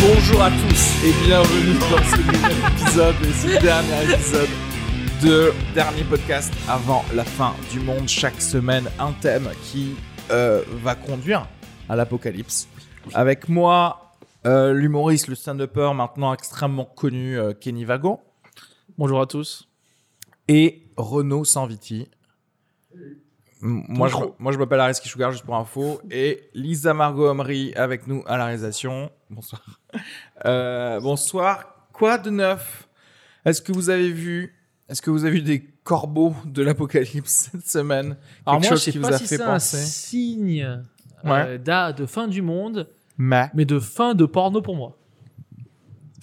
Bonjour à tous et bienvenue dans ce nouvel épisode et ce dernier épisode de dernier podcast avant la fin du monde. Chaque semaine, un thème qui euh, va conduire à l'apocalypse. Avec moi, euh, l'humoriste, le stand-upper maintenant extrêmement connu, euh, Kenny Vago, Bonjour à tous. et Renaud Sanviti. M- Moi je, moi, je m'appelle Aris Kishugar, juste pour info. Et Lisa Margot Omri avec nous à la réalisation. Bonsoir. Euh, bonsoir. Quoi de neuf Est-ce que vous avez vu Est-ce que vous avez vu des corbeaux de l'apocalypse cette semaine Alors Quelque moi, chose je sais qui pas vous a si fait c'est un penser. signe euh, Ouais. d'a- de fin du monde, Mais mais de fin de porno pour moi.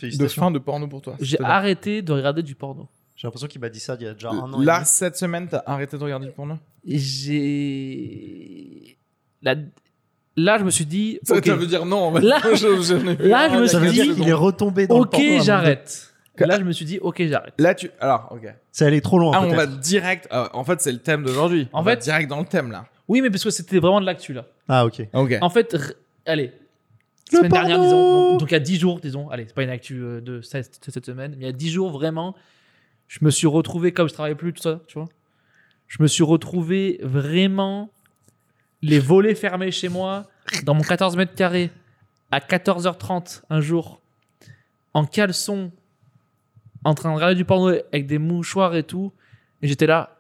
de fin de porno pour toi. J'ai arrêté de regarder du porno. J'ai l'impression qu'il m'a dit ça il y a déjà un an. et Là demi. cette semaine, t'as arrêté de regarder le porno J'ai là, là, je me suis dit, Ça, ok, ça veut dire non. en fait. Là- je, j'en ai vu là, un il y a je me suis ça veut quelques dit- dire secondes. qu'il est retombé dans le ok, porno hein, à un moment j'arrête. Que- Là, je me suis dit, ok, j'arrête. Là, tu. Alors, ok. donné. C'est allé trop loin. Ah, on peut-être. va direct. euh, en fait, c'est le thème d'aujourd'hui. En On va fait- direct dans le thème là. Oui, mais parce que c'était vraiment de l'actu là. Ah, ok. Ok. En fait, r- allez. Le semaine dernière, porno disons. Donc, donc, il y a 10 jours, disons. Allez, c'est pas une actu euh, de cette, cette semaine, mais il y a 10 jours, vraiment, je me suis retrouvé, comme je travaillais plus, tout ça, tu vois. Je me suis retrouvé vraiment les volets fermés chez moi, dans mon 14 mètres carrés, à 14h30 un jour, en caleçon, en train de regarder du porno avec des mouchoirs et tout. Et j'étais là,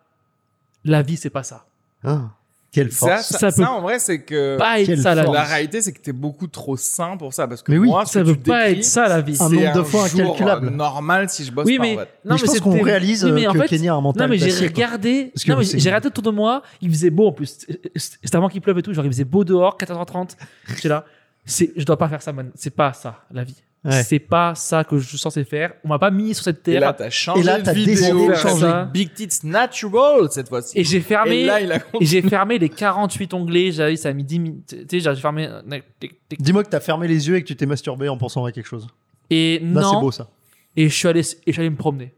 la vie, c'est pas ça. Ah, quelle ça, force. ça, Ça ça, peut en vrai, c'est que pas être quelle ça, la force. vie. la réalité, c'est que t'es beaucoup trop sain pour ça. Parce que Mais oui, moi, ce ça que veut tu pas décris, être ça, la vie. c'est Un nombre de fois jour, incalculable. euh, normal si je bosse Oui, pas, mais, en fait. non, mais je pense c'était- qu'on réalise oui, euh, mais en que fait- Kenya a un mental Non, mais j'ai d'acier, quoi. regardé. Parce que Non, mais c'est- j'ai regardé autour de moi. Il faisait beau en plus. C'était- C'était avant qu'il pleuve et tout. Genre, il faisait beau dehors, 14h30. J'étais là. C'est, je dois pas faire ça, man. C'est pas ça, la vie. Ouais. C'est pas ça que je suis censé faire. On m'a pas mis sur cette Et terre. là, t'as changé Et là, t'as de vidéo. décidé de t'as changer. fait Big Tits Natural cette fois-ci. et j'ai fermé. Et là, il a compris. et j'ai fermé les 48 onglets. J'avais, ça a mis 10 minutes. Tu sais, j'ai fermé. euh, Dis-moi que t'as fermé les yeux et que tu t'es masturbé en pensant à quelque chose. Et Là, c'est non. beau ça. Et je suis allé, et je suis allé me promener.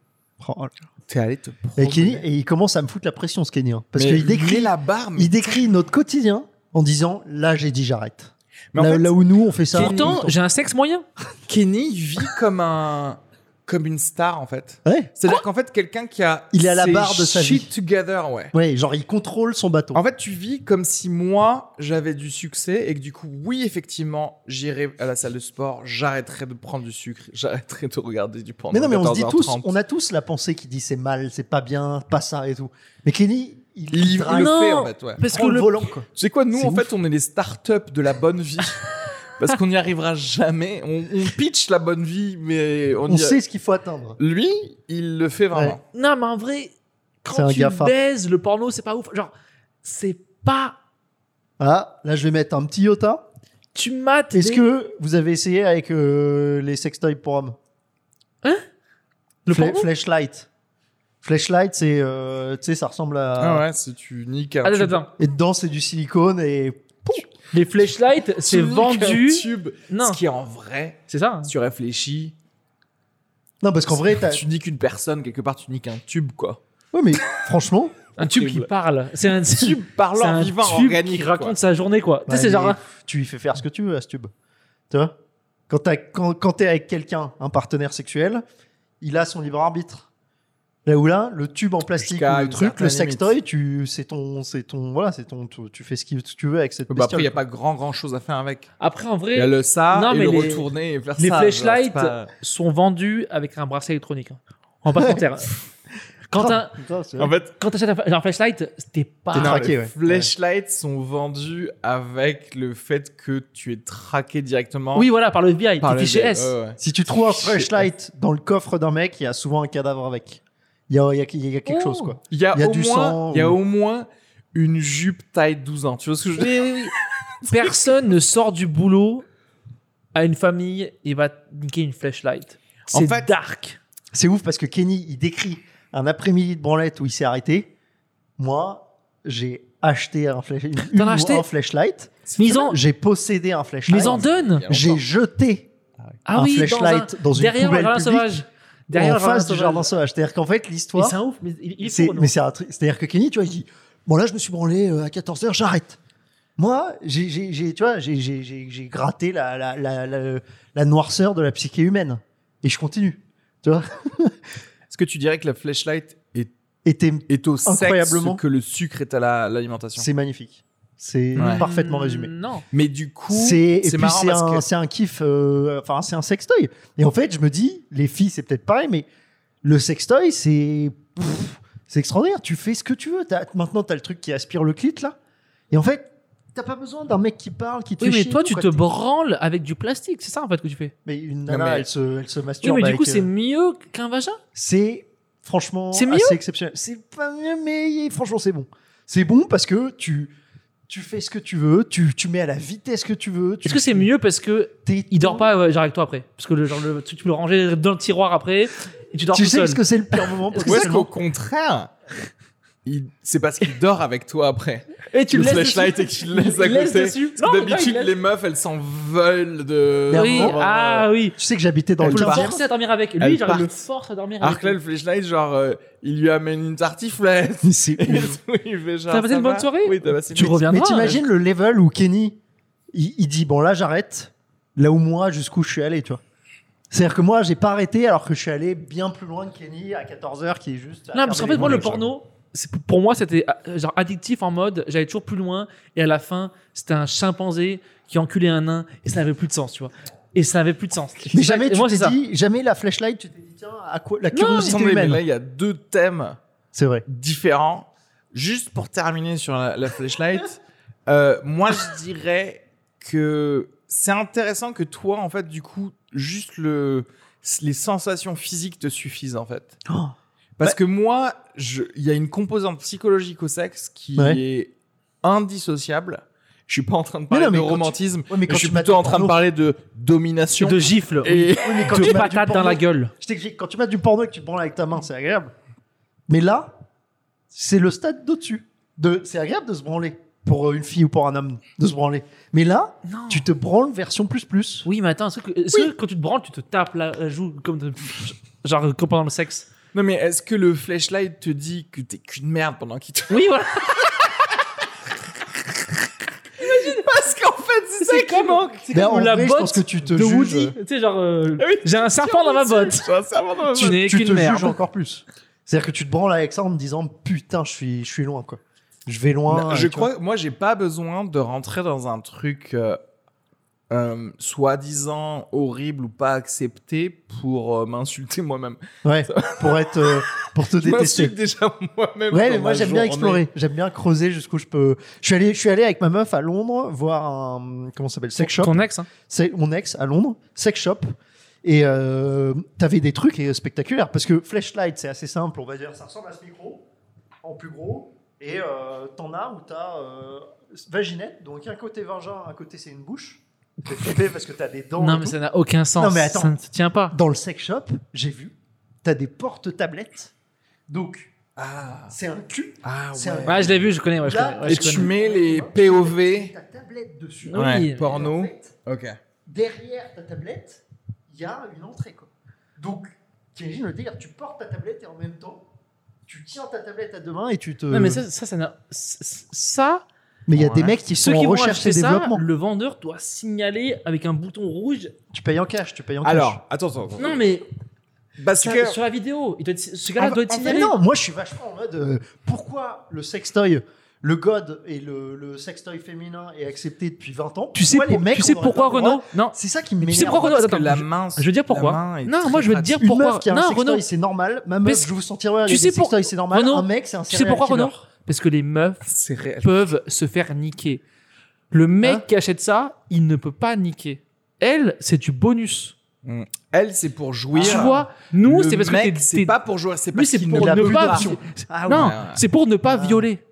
Oh, T'es allé te Et, Kenny, et il commence à me foutre la pression, ce Kenny. hein. parce Mais qu'il mets décrit, la barre. Mais, il décrit notre quotidien en disant Là, j'ai dit j'arrête. mais en Là, fait, là où nous, on fait ça. Pourtant, on- j'ai un sexe moyen. Kenny vit comme un, comme une star en fait. Ouais. C'est-à-dire qu'en fait, quelqu'un qui a. Il est à la ses barre de sa shit vie. together, ouais. ouais, genre, il contrôle son bateau. En fait, tu vis comme si moi, j'avais du succès et que du coup, oui, effectivement, j'irai à la salle de sport, j'arrêterai de prendre du sucre, j'arrêterai de regarder du porno. Mais non, mais on se dit tous, 14h30. on a tous la pensée qui dit c'est mal, c'est pas bien, pas ça et tout. Mais Kenny, il, Il il drague, le Non. fait, en fait, ouais. Tu Parce prend que le volant, quoi. sais quoi, nous, C'est en ouf. fait, on est les startups de la bonne vie. Parce qu'on n'y arrivera jamais. On, on pitch la bonne vie, mais on, On, y a- sait ce qu'il faut atteindre. Lui, il le fait vraiment. Ouais. Non, mais en vrai, C'est quand un tu GAFA. baises le porno, c'est pas ouf. Genre, c'est pas. Ah, là, je vais mettre un petit iota. Tu mates. Est-ce des- que vous avez essayé avec euh, les sextoys pour hommes Hein Le Fla- porno Flashlight. Flashlight, c'est. euh, tu sais, ça ressemble à. Ah ouais, si tu niques un Ah, Attends, tube- attends, attends. Et dedans, c'est du silicone et. Les flashlights, tu c'est niques un vendu. tube, Non, Ce qui est en vrai, c'est ça. hein. si tu réfléchis, Non, parce qu'en vrai, t'as. tu niques une personne, quelque part, tu niques un tube, quoi. Ouais, mais franchement. Un tube qui Horrible. parle. C'est un tube. tube parlant c'est un vivant tube organique. qui quoi. raconte sa journée, quoi. tu Ouais, sais, c'est genre. hein. mais Tu lui fais faire ce que tu veux à ce tube. Tu vois Quand, t'as- quand, quand t'es avec quelqu'un, un partenaire sexuel, il a son libre arbitre. Là où là, le tube en plastique, Jusqu'à ou le une truc, le certaine sextoy, tu, c'est ton, c'est ton, voilà, c'est ton, tu, tu fais ce que tu veux avec cette Bah, après, il bestiole. n'y a pas grand grand chose à faire avec. Après, en Il y a vrai, le ça, Non, et mais le les- retourner et faire les ça. genre, c'est flashlights- pas- sont vendus avec un bracelet électronique. hein. On va pas se mentir. Quand un- Putain, c'est vrai. En fait, quand t'achètes un fa- un flashlight, c'était T'es pas. Ah, traqué, les ouais. flashlights sont vendus avec le fait que tu es traqué directement Oui, voilà, par le FBI, par t'es le fiché dé- S. ouais, ouais. Si tu trouves un flashlight dans le coffre d'un mec, il y a souvent un cadavre avec. Il y a, il y a- il y a quelque Oh. chose, quoi. Il y a, Il y a au du moins, sang, il y a ou- au moins une jupe taille 12 ans. Tu vois ce que je veux dire Oui, oui, oui. Personne ne sort du boulot à une famille et va niquer une flashlight. En C'est fait- dark. C'est ouf parce que Kenny, il décrit un après-midi de branlette où il s'est arrêté. Moi, j'ai acheté un, flash, une- T'en as ou acheté un flashlight. Mais ils en, J'ai possédé un flashlight. mais ils en donnent. Il y a longtemps. J'ai jeté Ah ouais. Ah un oui, dans un- flashlight dans, une derrière le poubelle jardin publique sauvage. en Derrière le face du jardin jardin sauvage. sauvage. C'est-à-dire qu'en fait, Mais l'histoire, c'est un ouf, mais il, il est c'est, faux, non mais c'est un truc. C'est-à-dire que Kenny, tu vois, il dit Bon, là, je me suis branlé euh, à 14h, j'arrête. Moi, j'ai, j'ai, j'ai- tu vois, j'ai, j'ai- j'ai- j'ai gratté la, la, la, la- la noirceur de la psyché humaine. Et je continue. Est-ce que tu dirais que la flashlight est, Et t'es- est au sexe Incroyablement. que le sucre est à la- l'alimentation c'est magnifique. C'est Ouais. parfaitement Mm, résumé. Non. Mais du coup, C'est, et c'est puis marrant c'est parce un, que- c'est un kiff, euh, enfin, c'est un sextoy. Et en fait, je me dis Les filles, c'est peut-être pareil, mais le sextoy, c'est. pff, c'est extraordinaire. Tu fais ce que tu veux. T'as- maintenant, t'as le truc qui aspire le clit, là. Et en fait. T'as pas besoin d'un mec qui parle, qui te Oui, fait mais chier, toi, tu quoi. te T'es- branles avec du plastique, c'est ça en fait que tu fais. Mais une Non, nana, mais- elle, se, elle se Oui, masturbe. mais du avec, coup, c'est euh, mieux qu'un vagin. c'est franchement C'est mieux assez exceptionnel. C'est pas mieux, mais franchement, c'est bon. C'est bon parce que tu, tu fais ce que tu veux, tu, tu mets à la vitesse que tu veux. tu- Est-ce que c'est mieux parce que t'es- il dort pas euh, genre avec toi après Parce que le, genre, le- tu, tu peux le ranger dans le tiroir après et tu dors Tu tout sais seul. ce que c'est le pire moment ou est-ce potentiellement qu'au contraire, il- c'est parce qu'il dort avec toi après Et tu Le le, laisses flashlight et dessus. qu'il le laisse à Il laisse côté. dessus. Parce Non, que mais pas, il D'habitude, laisse- les meufs, elles s'en veulent de. euh, Oui, Vraiment, ah oui. Tu sais que j'habitais dans Elle Faut le le part. bar. forcer à dormir avec. Elle Lui, genre, il le part. force à dormir Alors avec. que là, le flashlight, genre, euh, il lui amène une tartiflette. Mais c'est Et ouf. tout, il fait genre, T'as passé ça une bonne va soirée Oui, t'as passé une Tu bonne- reviendras. euh, Mais t'imagines le level où Kenny, il, il dit Bon, là, j'arrête, là où moi, jusqu'où je suis allé, tu vois. C'est-à-dire que moi, j'ai pas arrêté alors que je suis allé bien plus loin que Kenny à 14h, qui est juste. à Non, parce qu'en fait, faire des moi, le manèges. porno, c'est- pour moi, c'était euh, genre addictif en mode j'allais toujours plus loin et à la fin, c'était un chimpanzé qui enculait un nain et ça n'avait plus de sens, tu vois. Et ça n'avait plus de sens. Mais jamais, Et tu moi, t'es c'est ça. dit, jamais la flashlight, tu t'es dit, tiens, à quoi, la Il me curiosité semblait, Ah, mais humaine. là, il y a deux thèmes C'est vrai. différents. Juste pour terminer sur la, la flashlight, euh, moi, je dirais que c'est intéressant que toi, en fait, du coup, juste le, les sensations physiques te suffisent, en fait. Oh, Parce Bah- que moi, je- il y a une composante psychologique au sexe qui Ouais. est indissociable. Je suis pas en train de Mais parler non, mais de quand tu- romantisme. Ouais, mais je suis plutôt en train de parler de domination. De gifle. Et Oui, mais quand De tu mets du patate dans porno, la gueule. je t'explique, quand tu mets du porno et que tu branles avec ta main, c'est agréable. Mais là, c'est le stade d'au-dessus. De, c'est agréable de se branler pour euh, une fille ou pour un homme de se branler. Mais là, Non. tu te branles version plus plus. Oui, mais attends, est-ce que, est-ce que quand tu te branles, tu te tapes la, la joue comme de- genre comme pendant le sexe Non mais est-ce que le flashlight te dit que t'es qu'une merde pendant qu'il te Oui, voilà. Parce qu'en fait, c'est ça C'est qui comme, manque. c'est Mais comme Ben, en la vrai, je pense botte que tu te de juges. Woody. Tu sais, genre, euh, Ah oui, j'ai un serpent dans ma botte. J'ai un serpent dans ma Tu botte. n'es Tu te qu'une juges merde. encore plus. C'est-à-dire que tu te branles avec ça en te disant putain, je suis, je suis loin quoi. Je vais loin. Non, euh, je tu vois. crois, moi, j'ai pas besoin de rentrer dans un truc euh, euh, soi-disant horrible ou pas accepté pour euh, m'insulter moi-même. Ouais, pour être, euh, pour te Je détester. m'insulte déjà moi-même. Ouais, dans mais moi ma j'aime bien journée. explorer, j'aime bien creuser jusqu'où je peux. Je suis allé, je suis allé avec ma meuf à Londres voir un comment ça s'appelle sex shop. Ton ex, hein. C'est mon ex à Londres, sex shop. Et euh, t'avais des trucs euh, spectaculaires parce que flashlight c'est assez simple, on va dire ça ressemble à ce micro en plus gros et euh, t'en as où t'as euh, vaginette donc un côté vagin, un côté c'est une bouche. T'es flippé parce que t'as des dents. Non, et mais tout. ça n'a aucun sens. Non, mais attends. Ça ne se tient pas. Dans le sex shop, j'ai vu, t'as des portes tablettes. Donc Ah, c'est un cul. ah C'est ouais. un- Ouais, je l'ai vu, je connais. ouais, je Là, connais, ouais, Et je tu connais. mets les POV. Ta tablette dessus. Oui. Ouais, Et en porno. fait, Ok. derrière ta tablette, il y a une entrée. Quoi. Donc, t'imagines le délire, tu portes ta tablette et en même temps, tu tiens ta tablette à deux mains et tu te. Non, mais ça, ça, ça n'a. c- Ça, Mais il y a Ouais. des mecs qui sont ceux qui en vont recherche acheter et ça, développement. le vendeur doit signaler avec un bouton rouge. Tu payes en cash, tu payes en cash. Alors, attends, attends. attends. Non, mais Parce ça- que sur la vidéo, il doit être- ce En gars-là fa- doit être Ah, en fait, signalé. non, moi je suis vachement en mode euh, pourquoi le sextoy, le god et le, le sextoy féminin est accepté depuis 20 ans Tu sais, Pourquoi les pour- mecs tu sais on aurait pourquoi pas le droit Renault Non, C'est ça qui sais m'énerve. pourquoi Renaud- parce que attends, la je- main, je veux dire pourquoi. la main est Non, très moi, je veux te dire Une pourquoi. meuf qui a un Non, sextoy, Renaud. c'est normal. Ma Mais meuf, c'est- je vous sentirai rien. tu les sais pour- sextoys, c'est normal. Renaud, un mec, c'est un tu sais pourquoi Renaud Parce que les meufs C'est réel. peuvent se faire niquer. Le mec Hein qui achète ça, il ne peut pas niquer. Elle, c'est du bonus. Elle, c'est pour jouir. Tu vois, nous, hein. Le c'est parce mec, que t'es- c'est t'es- pas pour jouer, c'est lui, parce c'est qu'il pour ne ne peut pas pas. violer. Ah non, ouais, ouais. c'est pour ne pas Ah. violer.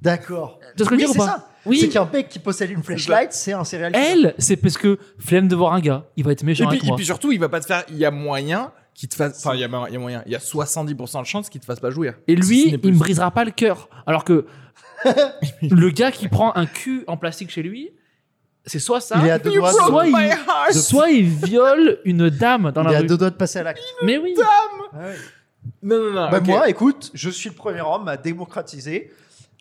D'accord. Tu vois ce que Oui, je veux c'est dire ou pas ça. Oui. C'est qu'un mec qui possède une flashlight, c'est un serial killer. Elle, c'est parce que flemme de voir un gars, il va être méchant Et puis, avec et moi. puis surtout, il va pas te faire. Il y a moyen qu'il te fasse. Enfin, il y a, il y a moyen. Il y a 70% de chances qu'il te fasse pas jouir. Et Si ce lui, n'est il plus. me brisera pas le cœur. Alors que le gars qui prend un cul en plastique chez lui, c'est soit ça, Il est à deux You doigts broke Soit de, il- my heart. soit il viole une dame dans il est la à rue. Ah deux doigts de passer à l'acte. Mais oui. Non, non, non. Bah, ok. Moi, écoute, je suis le premier homme à démocratiser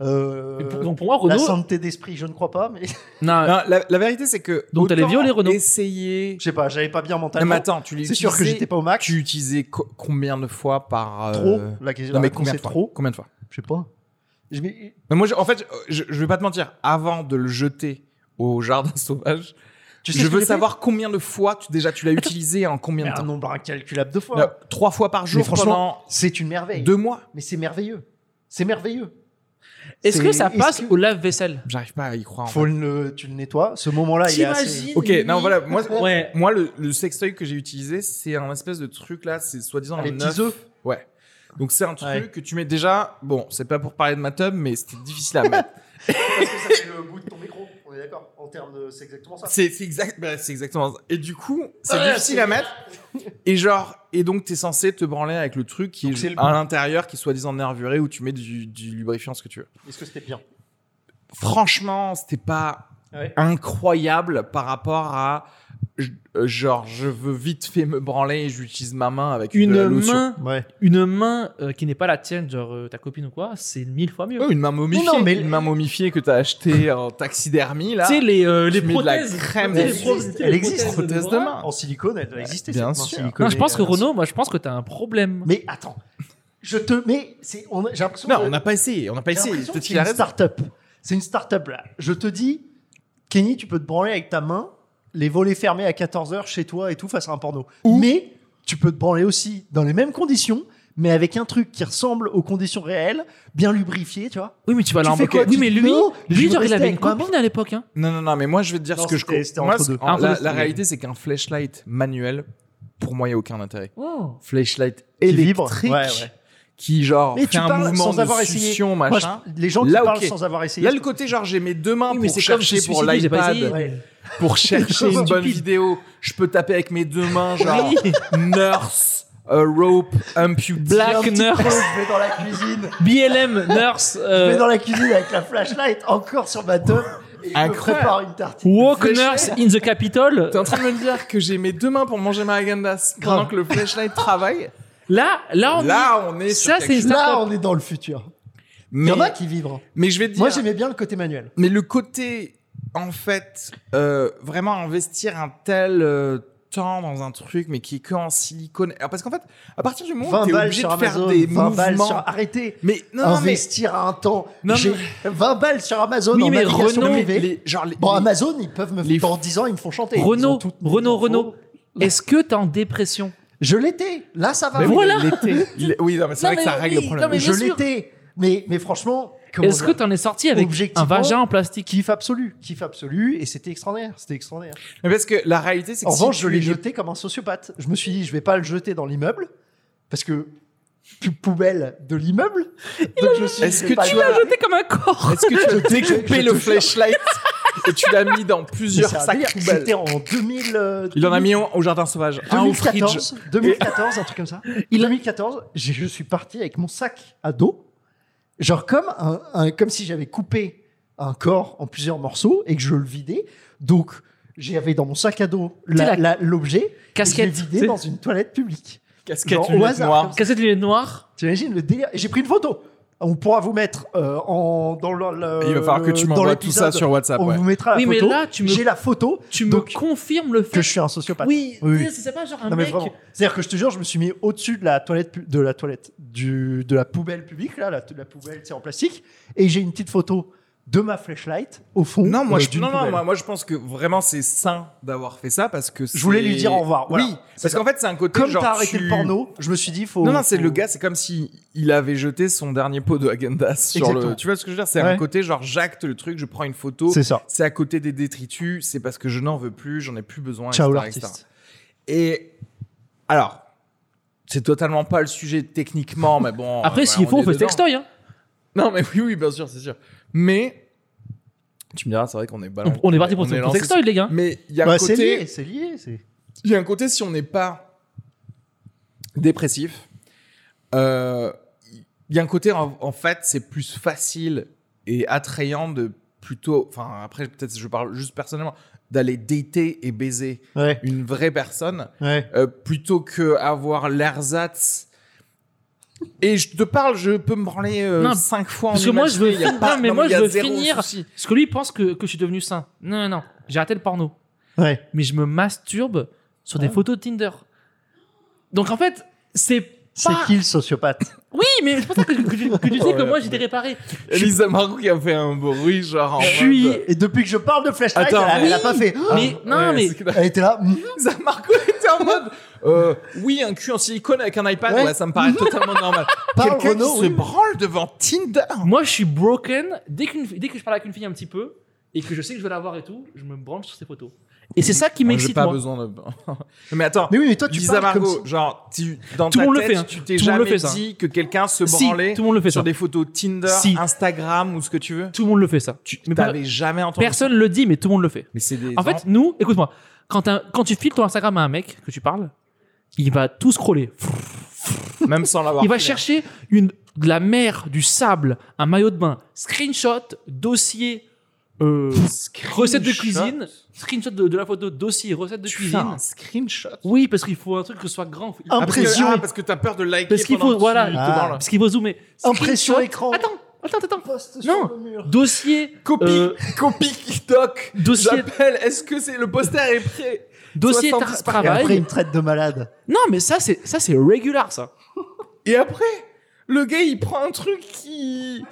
euh, Mais pour- donc pour moi, la Renault. santé d'esprit. Je ne crois pas, mais Non, Non, la, la vérité, c'est que. Donc, t'allais autant violer Renaud. Essayer. je sais pas, j'avais pas bien Non, mentalement. mais attends, tu l'utilisais. c'est sûr que j'étais pas au max. Tu utilisais co- combien de fois par. euh, Trop. La question Non, mais la réponse combien de est fois trop. Combien de fois Je sais pas. Je vais- Mais moi, je- en fait, je, je vais pas te mentir. Avant de le jeter au jardin sauvage, Tu sais je ce que veux j'ai fait savoir combien de fois tu, déjà tu l'as utilisé en combien Mais de un temps nombre incalculable de fois. Non, Trois fois par jour franchement, pendant C'est une merveille. deux mois. Mais c'est merveilleux. C'est merveilleux. Est-ce que C'est- ça est-ce passe que- au lave-vaisselle J'arrive pas à y croire. en Faut le, tu le nettoies. Ce moment-là, il est assez. Ok, non, voilà, moi- ouais. fait. Moi, le, le sextoy que j'ai utilisé, c'est un espèce de truc là, c'est soi-disant Ah, un les œuf. petits œufs. Donc c'est un truc Ouais. que tu mets déjà. Bon, c'est pas pour parler de ma tub, mais c'était difficile à mettre. Parce que ça fait le bout de ton micro. On est d'accord. En termes de, c'est exactement ça. c'est c'est exact, bah, c'est exactement. ça. Et du coup, c'est Ouais, difficile c'est- à mettre. Et genre, et donc t'es censé te branler avec le truc qui Donc, c'est est, le à l'intérieur, qui est soi-disant nervuré, où tu mets du, du lubrifiant, ce que tu veux. Est-ce que c'était bien Franchement, c'était pas Ouais. incroyable par rapport à je- euh, genre je veux vite fait me branler et j'utilise ma main avec de la Une lotion. main, Ouais. une main euh, qui n'est pas la tienne, genre euh, ta copine ou quoi, c'est mille fois mieux. Oh, une main momifiée, non, mais- une main momifiée que t'as acheté en taxidermie là. Tu sais, les, euh, les Tu mets de la prothèses. crème tu sais, les dessus. pro- tu sais, Elle les existe, prothèses prothèse de bras. main. En silicone, elle doit exister. Bien cette main sûr. silicone. Non, je pense que Euh, Renaud, moi, je pense que t'as un problème. Mais attends, je te mets. c'est- on a- J'ai l'impression. Non, que- on n'a pas essayé, on n'a pas j'ai essayé. l'impression Peut-être que qu'il a C'est une raison. start-up. C'est une start-up là. Je te dis, Kenny, tu peux te branler avec ta main, les volets fermés à 14h chez toi et tout face à un porno. Ou- Mais tu peux te branler aussi dans les mêmes conditions, mais avec un truc qui ressemble aux conditions réelles, bien lubrifié, tu vois. Oui, mais tu vas Tu aller en fais boca- quoi Oui, Tu mais dis lui, non, je lui veux genre, il rester avait une avec ma copine à l'époque. Hein. Non, non, non, mais moi je vais te dire Non, ce que je c'était- c'était comprends. Moi, entre ce- deux. en- Entre la, deux, la c'était- réalité, c'est qu'un flashlight manuel, pour moi, il n'y a aucun intérêt. Oh. Flashlight Qui vibre. électrique, Ouais, ouais. qui genre Mais tu fait un parles mouvement sans de avoir essayé. succion, Moi, machin. je- les gens qui Là, parlent ok. sans avoir essayé. Là, je le côté genre j'ai mes deux mains Oui, mais pour c'est comme se chercher pour suicider, j'ai pas l'iPad, essayé. Ouais. pour chercher une bonne Stupide. vidéo, je peux taper avec mes deux mains genre nurse, a rope, amputee. Black Tiens, un petit peu, nurse. Je vais dans la cuisine. BLM, nurse, Je vais euh, dans la cuisine avec la flashlight encore sur ma teub et je me Incroyable. prépare une tartine. walk flèche. nurse in the capital. T'es en train de me dire que j'ai mes deux mains pour manger ma agendas pendant Grave. que le flashlight travaille Là, là, on Là, on est sur Ah Ça, quelque c'est une chose. Là, start-up. on est dans le futur. Il Mais, y en a qui vibrent. mais je vais te dire, Moi, j'aimais bien le côté manuel. mais le côté, en fait, euh, vraiment investir un tel euh, temps dans un truc, mais qui est que en silicone. Alors, parce qu'en fait, à partir du moment 20 où t'es balles obligé sur de faire Amazon, des 20 balles mouvements... sur... Arrêtez Mais non, non, mais... Investir à un temps. Non, J'ai 20 balles sur Amazon Oui, en mais navigation Renault, privée. les- genre, les, Bon, les- Amazon, ils peuvent me... les- Dans 10 ans, ils me font chanter. Ils ont Renault, toutes mes Renault, infos. Renault. Est-ce que t'es en dépression Je l'étais. Là, ça va. Mais Mais voilà. l'été. Il- Oui, non, mais c'est Non, vrai que ça mais règle oui, le non, problème. mais Je bien sûr. l'étais. Mais, mais franchement, comment Est-ce que dire t'en es sorti avec un Objectivement, vagin en plastique kiff absolu, kiff absolu, et c'était extraordinaire, c'était extraordinaire. Mais parce que la réalité, c'est que En si revanche, tu je l'ai es- jeté comme un sociopathe. Je me suis dit, je vais pas le jeter dans l'immeuble parce que pu- poubelle de l'immeuble. Donc je me suis dit, Est-ce je que vais pas tu le as jeter. Jeté comme un corps. Est-ce que tu as découpé je le te jure. flashlight et tu l'as mis dans plusieurs C'est un sacs délire. poubelles C'était en 2000. euh, Il en a mis un au jardin sauvage, un au fridge. 2014, 2014, un truc comme ça. Il 2014, j'ai- je suis parti avec mon sac à dos, genre comme un, un- comme si j'avais coupé un corps en plusieurs morceaux et que je le vidais. Donc j'avais dans mon sac à dos la- T'es la- la- l'objet, Casquette. et je l'ai t'sais. vidé dans une toilette publique. Casquette, Genre, au lunettes hasard, noires. comme ça. Casquette lunettes noires. T'imagines le délire Et j'ai pris une photo. On pourra vous mettre euh, en dans le. le- Il va falloir que tu Euh, dans m'envoies tout ça l'épisode. sur WhatsApp. On ouais. vous mettra la Oui, mais photo. là, tu me- J'ai la photo Tu me Donc- confirmes le fait que je suis un sociopathe. Oui, Oui, oui. tu sais, c'est pas genre un Non mais mec. vraiment. C'est-à-dire que je te jure, je me suis mis au-dessus de la toilette, pu- de la toilette, du, de la poubelle publique là, la, la poubelle c'est en plastique, et j'ai une petite photo de ma flashlight au fond. Non, moi, euh, je, d'une non, non, poubelle. moi, moi, je pense que vraiment c'est sain d'avoir fait ça parce que Je voulais c'est- lui dire au revoir, voilà. Oui, C'est parce ça. qu'en fait c'est un côté Comme genre t'as arrêté tu- le porno, je me suis dit faut. Non, non, c'est faut- le gars, c'est comme si il avait jeté son dernier pot de Agendas sur Exactement. le. Tu vois ce que je veux dire C'est un Ouais. côté genre j'acte le truc, je prends une photo, C'est ça. c'est à côté des détritus, c'est parce que je n'en veux plus, j'en ai plus besoin. Ciao etc., etc. l'artiste. Et alors, c'est totalement pas le sujet techniquement, mais bon. Après, euh, s'il voilà, faut, on est fait dedans. sextoy. Hein. Non, mais oui, oui, bien sûr, c'est sûr. Mais tu me diras, c'est vrai qu'on est On, balancé. on est parti pour on est pour lancé sextoy, les gars. Mais il y a un Bah, c'est lié, côté, c'est lié. c'est- il y a un côté si on n'est pas dépressif, euh, il y a un côté en, en fait, c'est plus facile et attrayant de plutôt. Enfin, après, peut-être je parle juste personnellement d'aller dater et baiser Ouais, une vraie personne ouais. euh, plutôt que avoir l'ersatz. Et je te parle, je peux me branler euh, Non, cinq fois parce en que une moi, matinée, je veux y a fin- pas- non, mais moi, il y a je veux zéro finir. souci. Parce que lui, il pense que, que je suis devenu sain. Non, non, non. J'ai arrêté le porno. ouais. Mais je me masturbe sur des Ah. photos de Tinder. Donc, en fait, c'est C'est pas. qui le sociopathe Oui, mais c'est pour ça que, que, tu- que tu dis que Ouais, moi, j'étais réparé. Elisa Marou qui a fait un bruit genre en Je suis- mode- euh, Et depuis que je parle de flashlight, Attends, elle, elle a oui. pas fait. ah, Mais non, Ah. Ouais, mais. c'est que- Elle était là. mhm. Elisa Marou était en mode euh, oui un cul en silicone avec un iPad Ouais. ouais, ça me paraît totalement normal Parle, quelqu'un qui Renaud, se oui. branle devant Tinder Moi, je suis broken. Dès, qu'une- dès que je parle avec une fille un petit peu et que je sais que je vais la voir et tout, je me branche sur ses photos. Et c'est ça qui j'ai m'excite. pas moi. besoin de mais attends Mais oui, mais toi, tu Lisa parles comme Margot, genre, tu, dans Tout le ta monde le tête, fait, hein. tu t'es Tout le monde jamais le fait, ça. dit que quelqu'un se Si, branlait tout le monde le fait sur ça. des photos Tinder, Si. Instagram ou ce que tu veux. Tout le monde le fait ça. Tu Mais t'avais jamais entendu Personne le dit, mais tout le monde le fait. ça. Mais c'est des. En fait, nous, écoute-moi, quand, un- quand tu files ton Instagram à un mec que tu parles, il va tout scroller. même sans l'avoir. Il va fait, chercher une, de la mer, du sable, un maillot de bain, screenshot, dossier, euh, hein. Screenshot. recette de cuisine, screenshot de, de la photo, dossier, recette de Tu fais cuisine. un screenshot. Oui, parce qu'il faut un truc que ce soit grand. Ah, Ah, parce que- Impression. ah, parce que t'as peur de liker. Parce qu'il pendant faut, que voilà, tu te Ah. branles. parce qu'il faut zoomer. Impression Screenshot. écran. Attends, attends, ah, attends. Poste Non. sur le mur. Dossier, Copie, euh, copie, doc. dossier, J'appelle. Est-ce que c'est le poster est prêt dossier tra- 70 par Et après, il travail. me traite de malade. Non, mais ça, c'est ça, c'est regular, ça. Et après, le gars il prend un truc qui.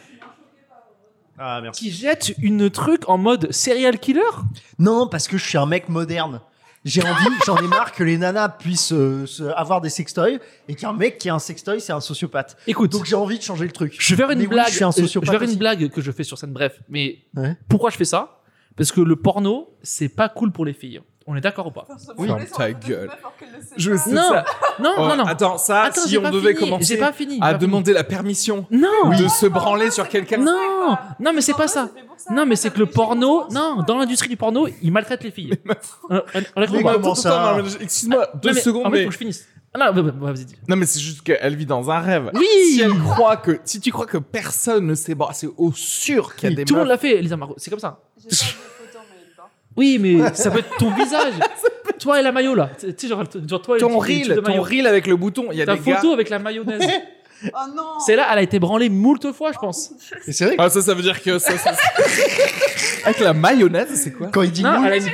Ah, merci. Qui jette une truc en mode serial killer. Non, parce que je suis un mec moderne. J'ai envie, j'en ai marre que les nanas puissent euh, se- avoir des sextoys et qu'un mec qui a un sextoy, c'est un sociopathe. Écoute, Donc j'ai envie de changer le truc. je vais faire une Mais oui, blague. je suis un euh, sociopathe je vais faire aussi. une blague que je fais sur scène. Bref, mais Ouais. pourquoi je fais ça Parce que le porno, c'est pas cool pour les filles. On est d'accord ou pas Oui. Ferme ta gueule. Je Je sais sais. Non, ça. non, Oh, non, non. Attends, ça, Attends, si j'ai on pas devait fini, commencer J'ai pas fini. j'ai à pas fini. demander la permission Non, de se branler sur quelqu'un. non, non, mais c'est pas ça. Non, mais c'est que le porno, non, dans la l'industrie du porno, il maltraite les filles. Euh, on est- on est d'accord Mais ou pas Attends, comment attends, ça attends, mais Excuse-moi, deux Ah, Non, mais- secondes, en fait, mais... faut que je finisse. Ah, Non, bah, bah, bah, vas-y, dis. Non, mais c'est juste qu'elle vit dans un rêve. Oui Si elle croit que... Si tu crois que personne ne sait... Bon, c'est au sûr qu'il y a des Tout le monde meufs... l'a fait, Elisa Margot. C'est comme ça. J'ai pas de photo, mais dedans. Oui, mais ça peut être ton visage. toi et la maillot, là. Tu sais, genre, genre toi et le Ton petit- le reel, petit de ton maillot. reel avec le bouton, il y a Ta des gars... photo avec la mayonnaise. Oh non C'est là, elle a été branlée moult fois, je pense. Et c'est vrai, que Ah, ça, ça veut dire que... Ça, ça- avec la mayonnaise, c'est quoi quand il dit Non, nous, elle a une-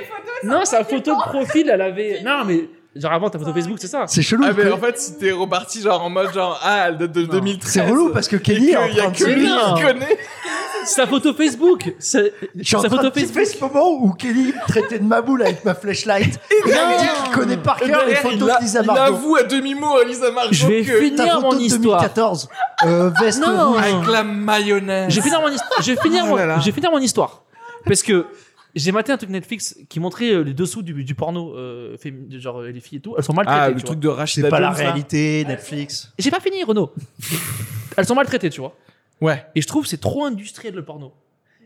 non, sa photo de profil, elle avait. Non, mais genre avant ta photo Facebook, c'est ça. c'est chelou. Ah, il mais connaît- en fait, si t'es reparti genre en mode genre... Ah, elle date de Non. 2013... C'est relou parce que Il Kenny y est a en train de que se lui hein. dire- qui connaît. Sa photo Facebook. Sa, Je suis en sa train de photo kiffer Facebook. ce moment où Kenny me traitait de ma boule avec ma flashlight. Et il me dit qu'il connaît par cœur les Derrière, Eh ben, il photos a- de Lisa Il Margot. avoue à demi-mot à Lisa Margot Je vais que... Ta finir photo mon de histoire. 2014. euh, veste Non. rouge. Avec la mayonnaise. Je vais finir mon histoire. Je vais finir, Oh là là. mon... je vais finir mon histoire. Parce que j'ai maté un truc Netflix qui montrait euh, les dessous du, du porno, euh, fémi- de genre euh, les filles et tout. Elles sont maltraitées. Ah, tu le vois. truc de Rachida C'est pas la Dawes, là. réalité, Netflix. J'ai pas fini, Renaud. Elles sont maltraitées, tu vois. Ouais. Et je trouve que c'est trop industriel le porno.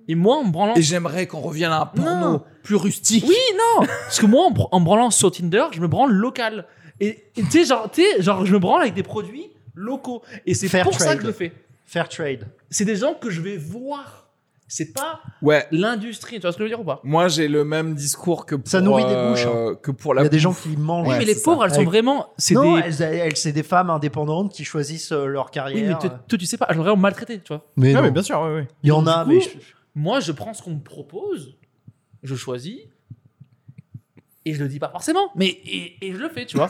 Et moi, en me branlant. Et j'aimerais qu'on revienne à un porno Non. plus rustique. Oui, non Parce que moi, en, br- en me branlant sur Tinder, je me branle local. Et et tu sais, genre, tu sais, genre, je me branle avec des produits locaux. Et c'est Fair pour ça trade. que je le fais. Fair trade. C'est des gens que je vais voir. C'est pas Ouais. l'industrie. Tu vois ce que je veux dire ou pas Moi, j'ai le même discours que pour, Ça nourrit des euh, bouches, hein. que pour Il la y a des gens bouffe. qui mangent. Oui, Ouais, mais les c'est pauvres, elles sont Avec- vraiment. C'est non, des. elles, elles- c'est des femmes indépendantes qui choisissent euh, leur Oui, mais carrière. toi, toi, tu sais pas, elles sont vraiment maltraitées, tu vois. Mais Ouais, non. mais bien sûr, ouais, ouais. il y en Donc, a, du mais coup, je- Moi, je prends ce qu'on me propose, je choisis, et je le dis pas forcément, mais et, et je le fais, tu vois.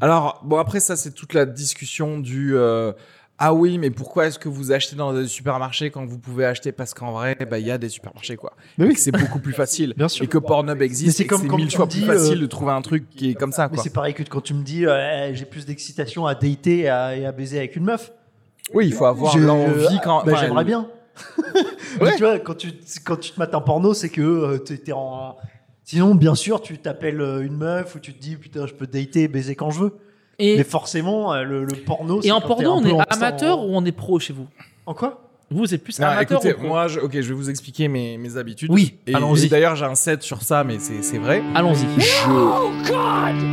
Alors, bon, après, ça, c'est toute la discussion du. euh, ah oui, mais pourquoi est-ce que vous achetez dans des supermarchés quand vous pouvez acheter Parce qu'en vrai, bah, il y a des supermarchés, quoi. Mais oui. Et que c'est beaucoup plus facile. Bien sûr. Et que Pornhub Mais existe. c'est et que comme c'est quand mille tu fois me plus dis, facile euh, de trouver un truc qui est comme ça, mais quoi. c'est pareil que quand tu me dis euh, j'ai plus d'excitation à dater et à, et à baiser avec une meuf. Oui, il faut avoir J'ai- l'envie quand. Bah, enfin, J'aimerais le- bien. Ouais. Mais tu vois, quand tu, quand tu te mates un porno, c'est que euh, t'es t'es en. Sinon, bien sûr, tu t'appelles euh, une meuf ou tu te dis putain, je peux dater et baiser quand je veux. Et, Mais forcément, euh, le, le porno. et c'est en quand porno, on t'es un peu est en- amateur en- ou on est pro chez vous En quoi Vous, c'est plus Non, amateur Ah, écoutez, ou pro moi, je, ok, je vais vous expliquer mes, mes habitudes. Oui, Et- allons-y. et D'ailleurs, j'ai un set sur ça, mais c'est c'est vrai. Allons-y. Je-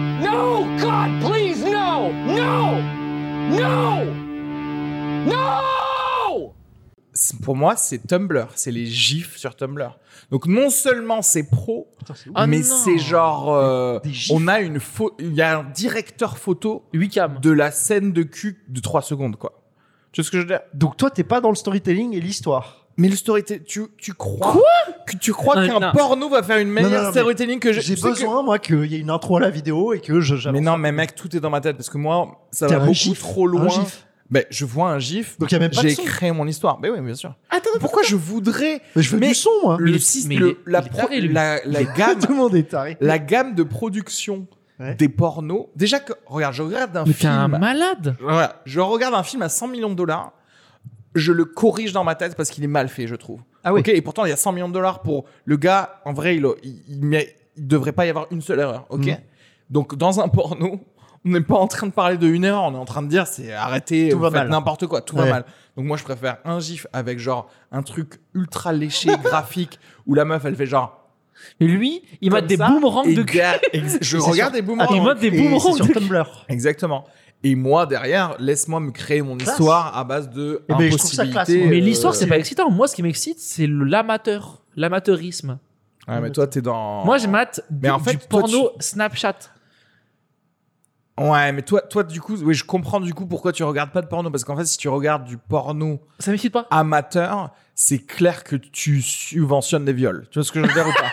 C'est pour moi, c'est Tumblr. C'est les gifs sur Tumblr. Donc, non seulement c'est pro, Putain, c'est ouf. Ah mais non. c'est genre. euh, Des gifs. on a une pho- Il y a un directeur photo 8 cam. de la scène de cul de 3 secondes, quoi. Tu vois ce que je veux dire Donc toi, t'es pas dans le storytelling et l'histoire. Mais le storytelling, tu, tu crois que tu crois Ah, Non, qu'un non. porno va faire une meilleure non, non, mais storytelling que je- J'ai tu sais que- besoin, moi, qu'il y ait une intro à la vidéo et que je. j'avance. Mais non, mais mec, tout est dans ma tête parce que moi, ça T'as va un beaucoup gif, trop un loin. gif. Ben, je vois un gif. Donc il y a même pas de J'ai son. créé mon histoire. Mais oui, bien sûr. Pourquoi je voudrais Mais je veux Mais- du son, moi. Mais il le est- sys- mais il le- est- la, il est pro- taré, lui. la, la gamme, Tout le monde est taré. la gamme de production Ouais. des pornos. Déjà que regarde, je regarde un Mais t'es film. un malade. Voilà, je regarde un film à 100 millions de dollars, je le corrige dans ma tête parce qu'il est mal fait, je trouve. Ah oui. Ok, et pourtant, il y a 100 millions de dollars pour le gars. En vrai, il, il, il met- il devrait pas y avoir une seule erreur. Ok. Mm. Donc, dans un porno, on n'est pas en train de parler de une erreur. On est en train de dire, c'est arrêtez, Tout vous va faites mal. n'importe quoi, tout Ouais. va mal. Donc, moi, je préfère un gif avec genre un truc ultra léché, graphique, où la meuf, elle fait genre. Mais lui, il mate comme des ça, boomerangs et de cul. derrière- ex- Je Et c'est regarde des Il boomerangs. mate des Et boomerangs c'est de sur cul. Tumblr. Exactement. Et moi, derrière, laisse-moi me créer mon Classe. histoire à base de Eh ben, je trouve ça classe, impossibilité. moi. Mais euh, l'histoire, c'est pas excitant. Moi, ce qui m'excite, c'est le- l'amateur, l'amateurisme. Ouais, mais toi, t'es dans. Moi, je mate Oh. Mais du, en fait, du toi, porno Snapchat. Ouais, mais toi, toi, du coup, oui, je comprends du coup pourquoi tu regardes pas de porno. Parce qu'en fait, si tu regardes du porno Ça m'excite pas. amateur, c'est clair que tu subventionnes des viols. Tu vois ce que je veux dire ou pas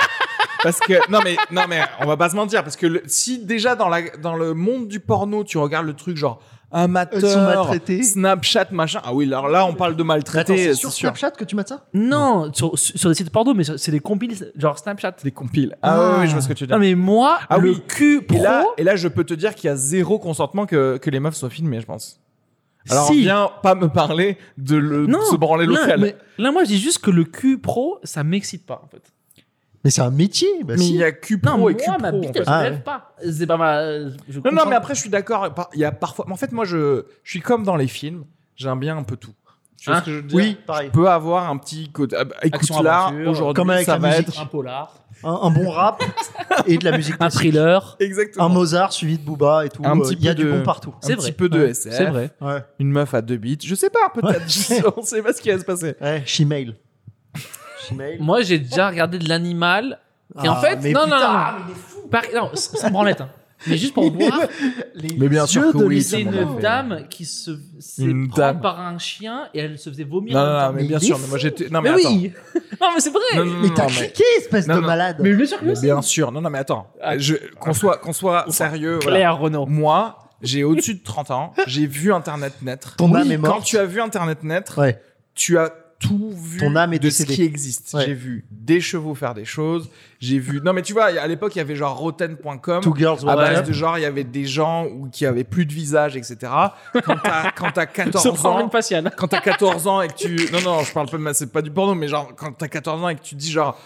Parce que non mais non mais on va pas se mentir parce que le- si déjà dans la dans le monde du porno tu regardes le truc genre Elles sont amateur maltraitées. Snapchat machin ah oui alors là on parle de Attends, maltraité euh, c'est c'est sur sûr Snapchat que tu mates ça Non, sur, sur des sites porno, mais sur- c'est des compiles genre Snapchat. des compiles ah, oui, oui, je vois ce que tu veux dire Non, mais moi, Ah le oui. cul pro. Et là, et là, je peux te dire qu'il y a zéro consentement que, que les meufs soient filmées, je pense. Alors, Si. viens pas me parler de le, Non, se branler là, local. mais- là, moi, je dis juste que le cul pro, ça m'excite pas en fait. Mais c'est un métier. Bah, Mais si. il y a Q pro Non, moi, et Q pro. ma en bite, elle fait. se Ah, lève ouais. pas. C'est pas ma. je Non, non, comprends. mais après, je suis d'accord. par- Il y a parfois. En fait, moi, je, je suis comme dans les films. J'aime bien un peu tout. Tu vois Hein ce que je veux dire Oui, pareil. Je peux avoir un petit côté. ah, bah, Écoute, Action, là, aventure, comme aujourd'hui, avec ça la va musique. être. un polar, Un, un bon rap et de la musique. un classique. thriller. Exactement. Un Mozart suivi de Booba et tout. Un Euh, petit Il y a peu du de- bon partout. Un C'est petit vrai. peu de Ouais, SF. C'est vrai. Ouais. Une meuf à deux bites. Je sais pas, peut-être. Ouais. Je sais- on sait pas ce qui va se passer. Ouais, Shemale. Shemale. Moi, j'ai déjà regardé de l'animal. Et en Ah, fait, mais non, non, putain, non, non. Par- non, c- ça me branlette. hein. Mais juste pour voir, Les Mais bien sûr yeux que de oui, Lisa c'est ça, on en a une fait. dame qui se s'est Une prendre dame. par un chien et elle se faisait vomir. Non, en même non, non, temps. mais Mais bien il est sûr. Mais moi, fou. j'étais. Non, mais, Mais attends. oui. Non, mais c'est vrai. Non, non, non, Mais t'as non, cliqué, espèce Non, de non. malade. Mais bien sûr que Mais oui. bien sûr, non, non, mais attends, Ah. Je- qu'on soit, qu'on soit sérieux, voilà. Claire Renaud. moi, j'ai au-dessus de 30 ans, j'ai vu Internet naître. Ton Oui, âme est Quand morte. tu as vu Internet naître, Ouais. tu as tout vu Ton âme est de ce décédée. qui existe. Ouais. J'ai vu des chevaux faire des choses, j'ai vu... Non, mais tu vois, à l'époque, il y avait genre roten.com, Two girls, à one base cup. de genre, il y avait des gens où- qui avaient plus de visage, etc. Quand t'as- Quand t'as Se 14 prendre ans... une faciale. Quand t'as 14 ans et que tu... Non, non, je parle pas de... ma- C'est pas du porno, mais genre, quand t'as 14 ans et que tu dis genre...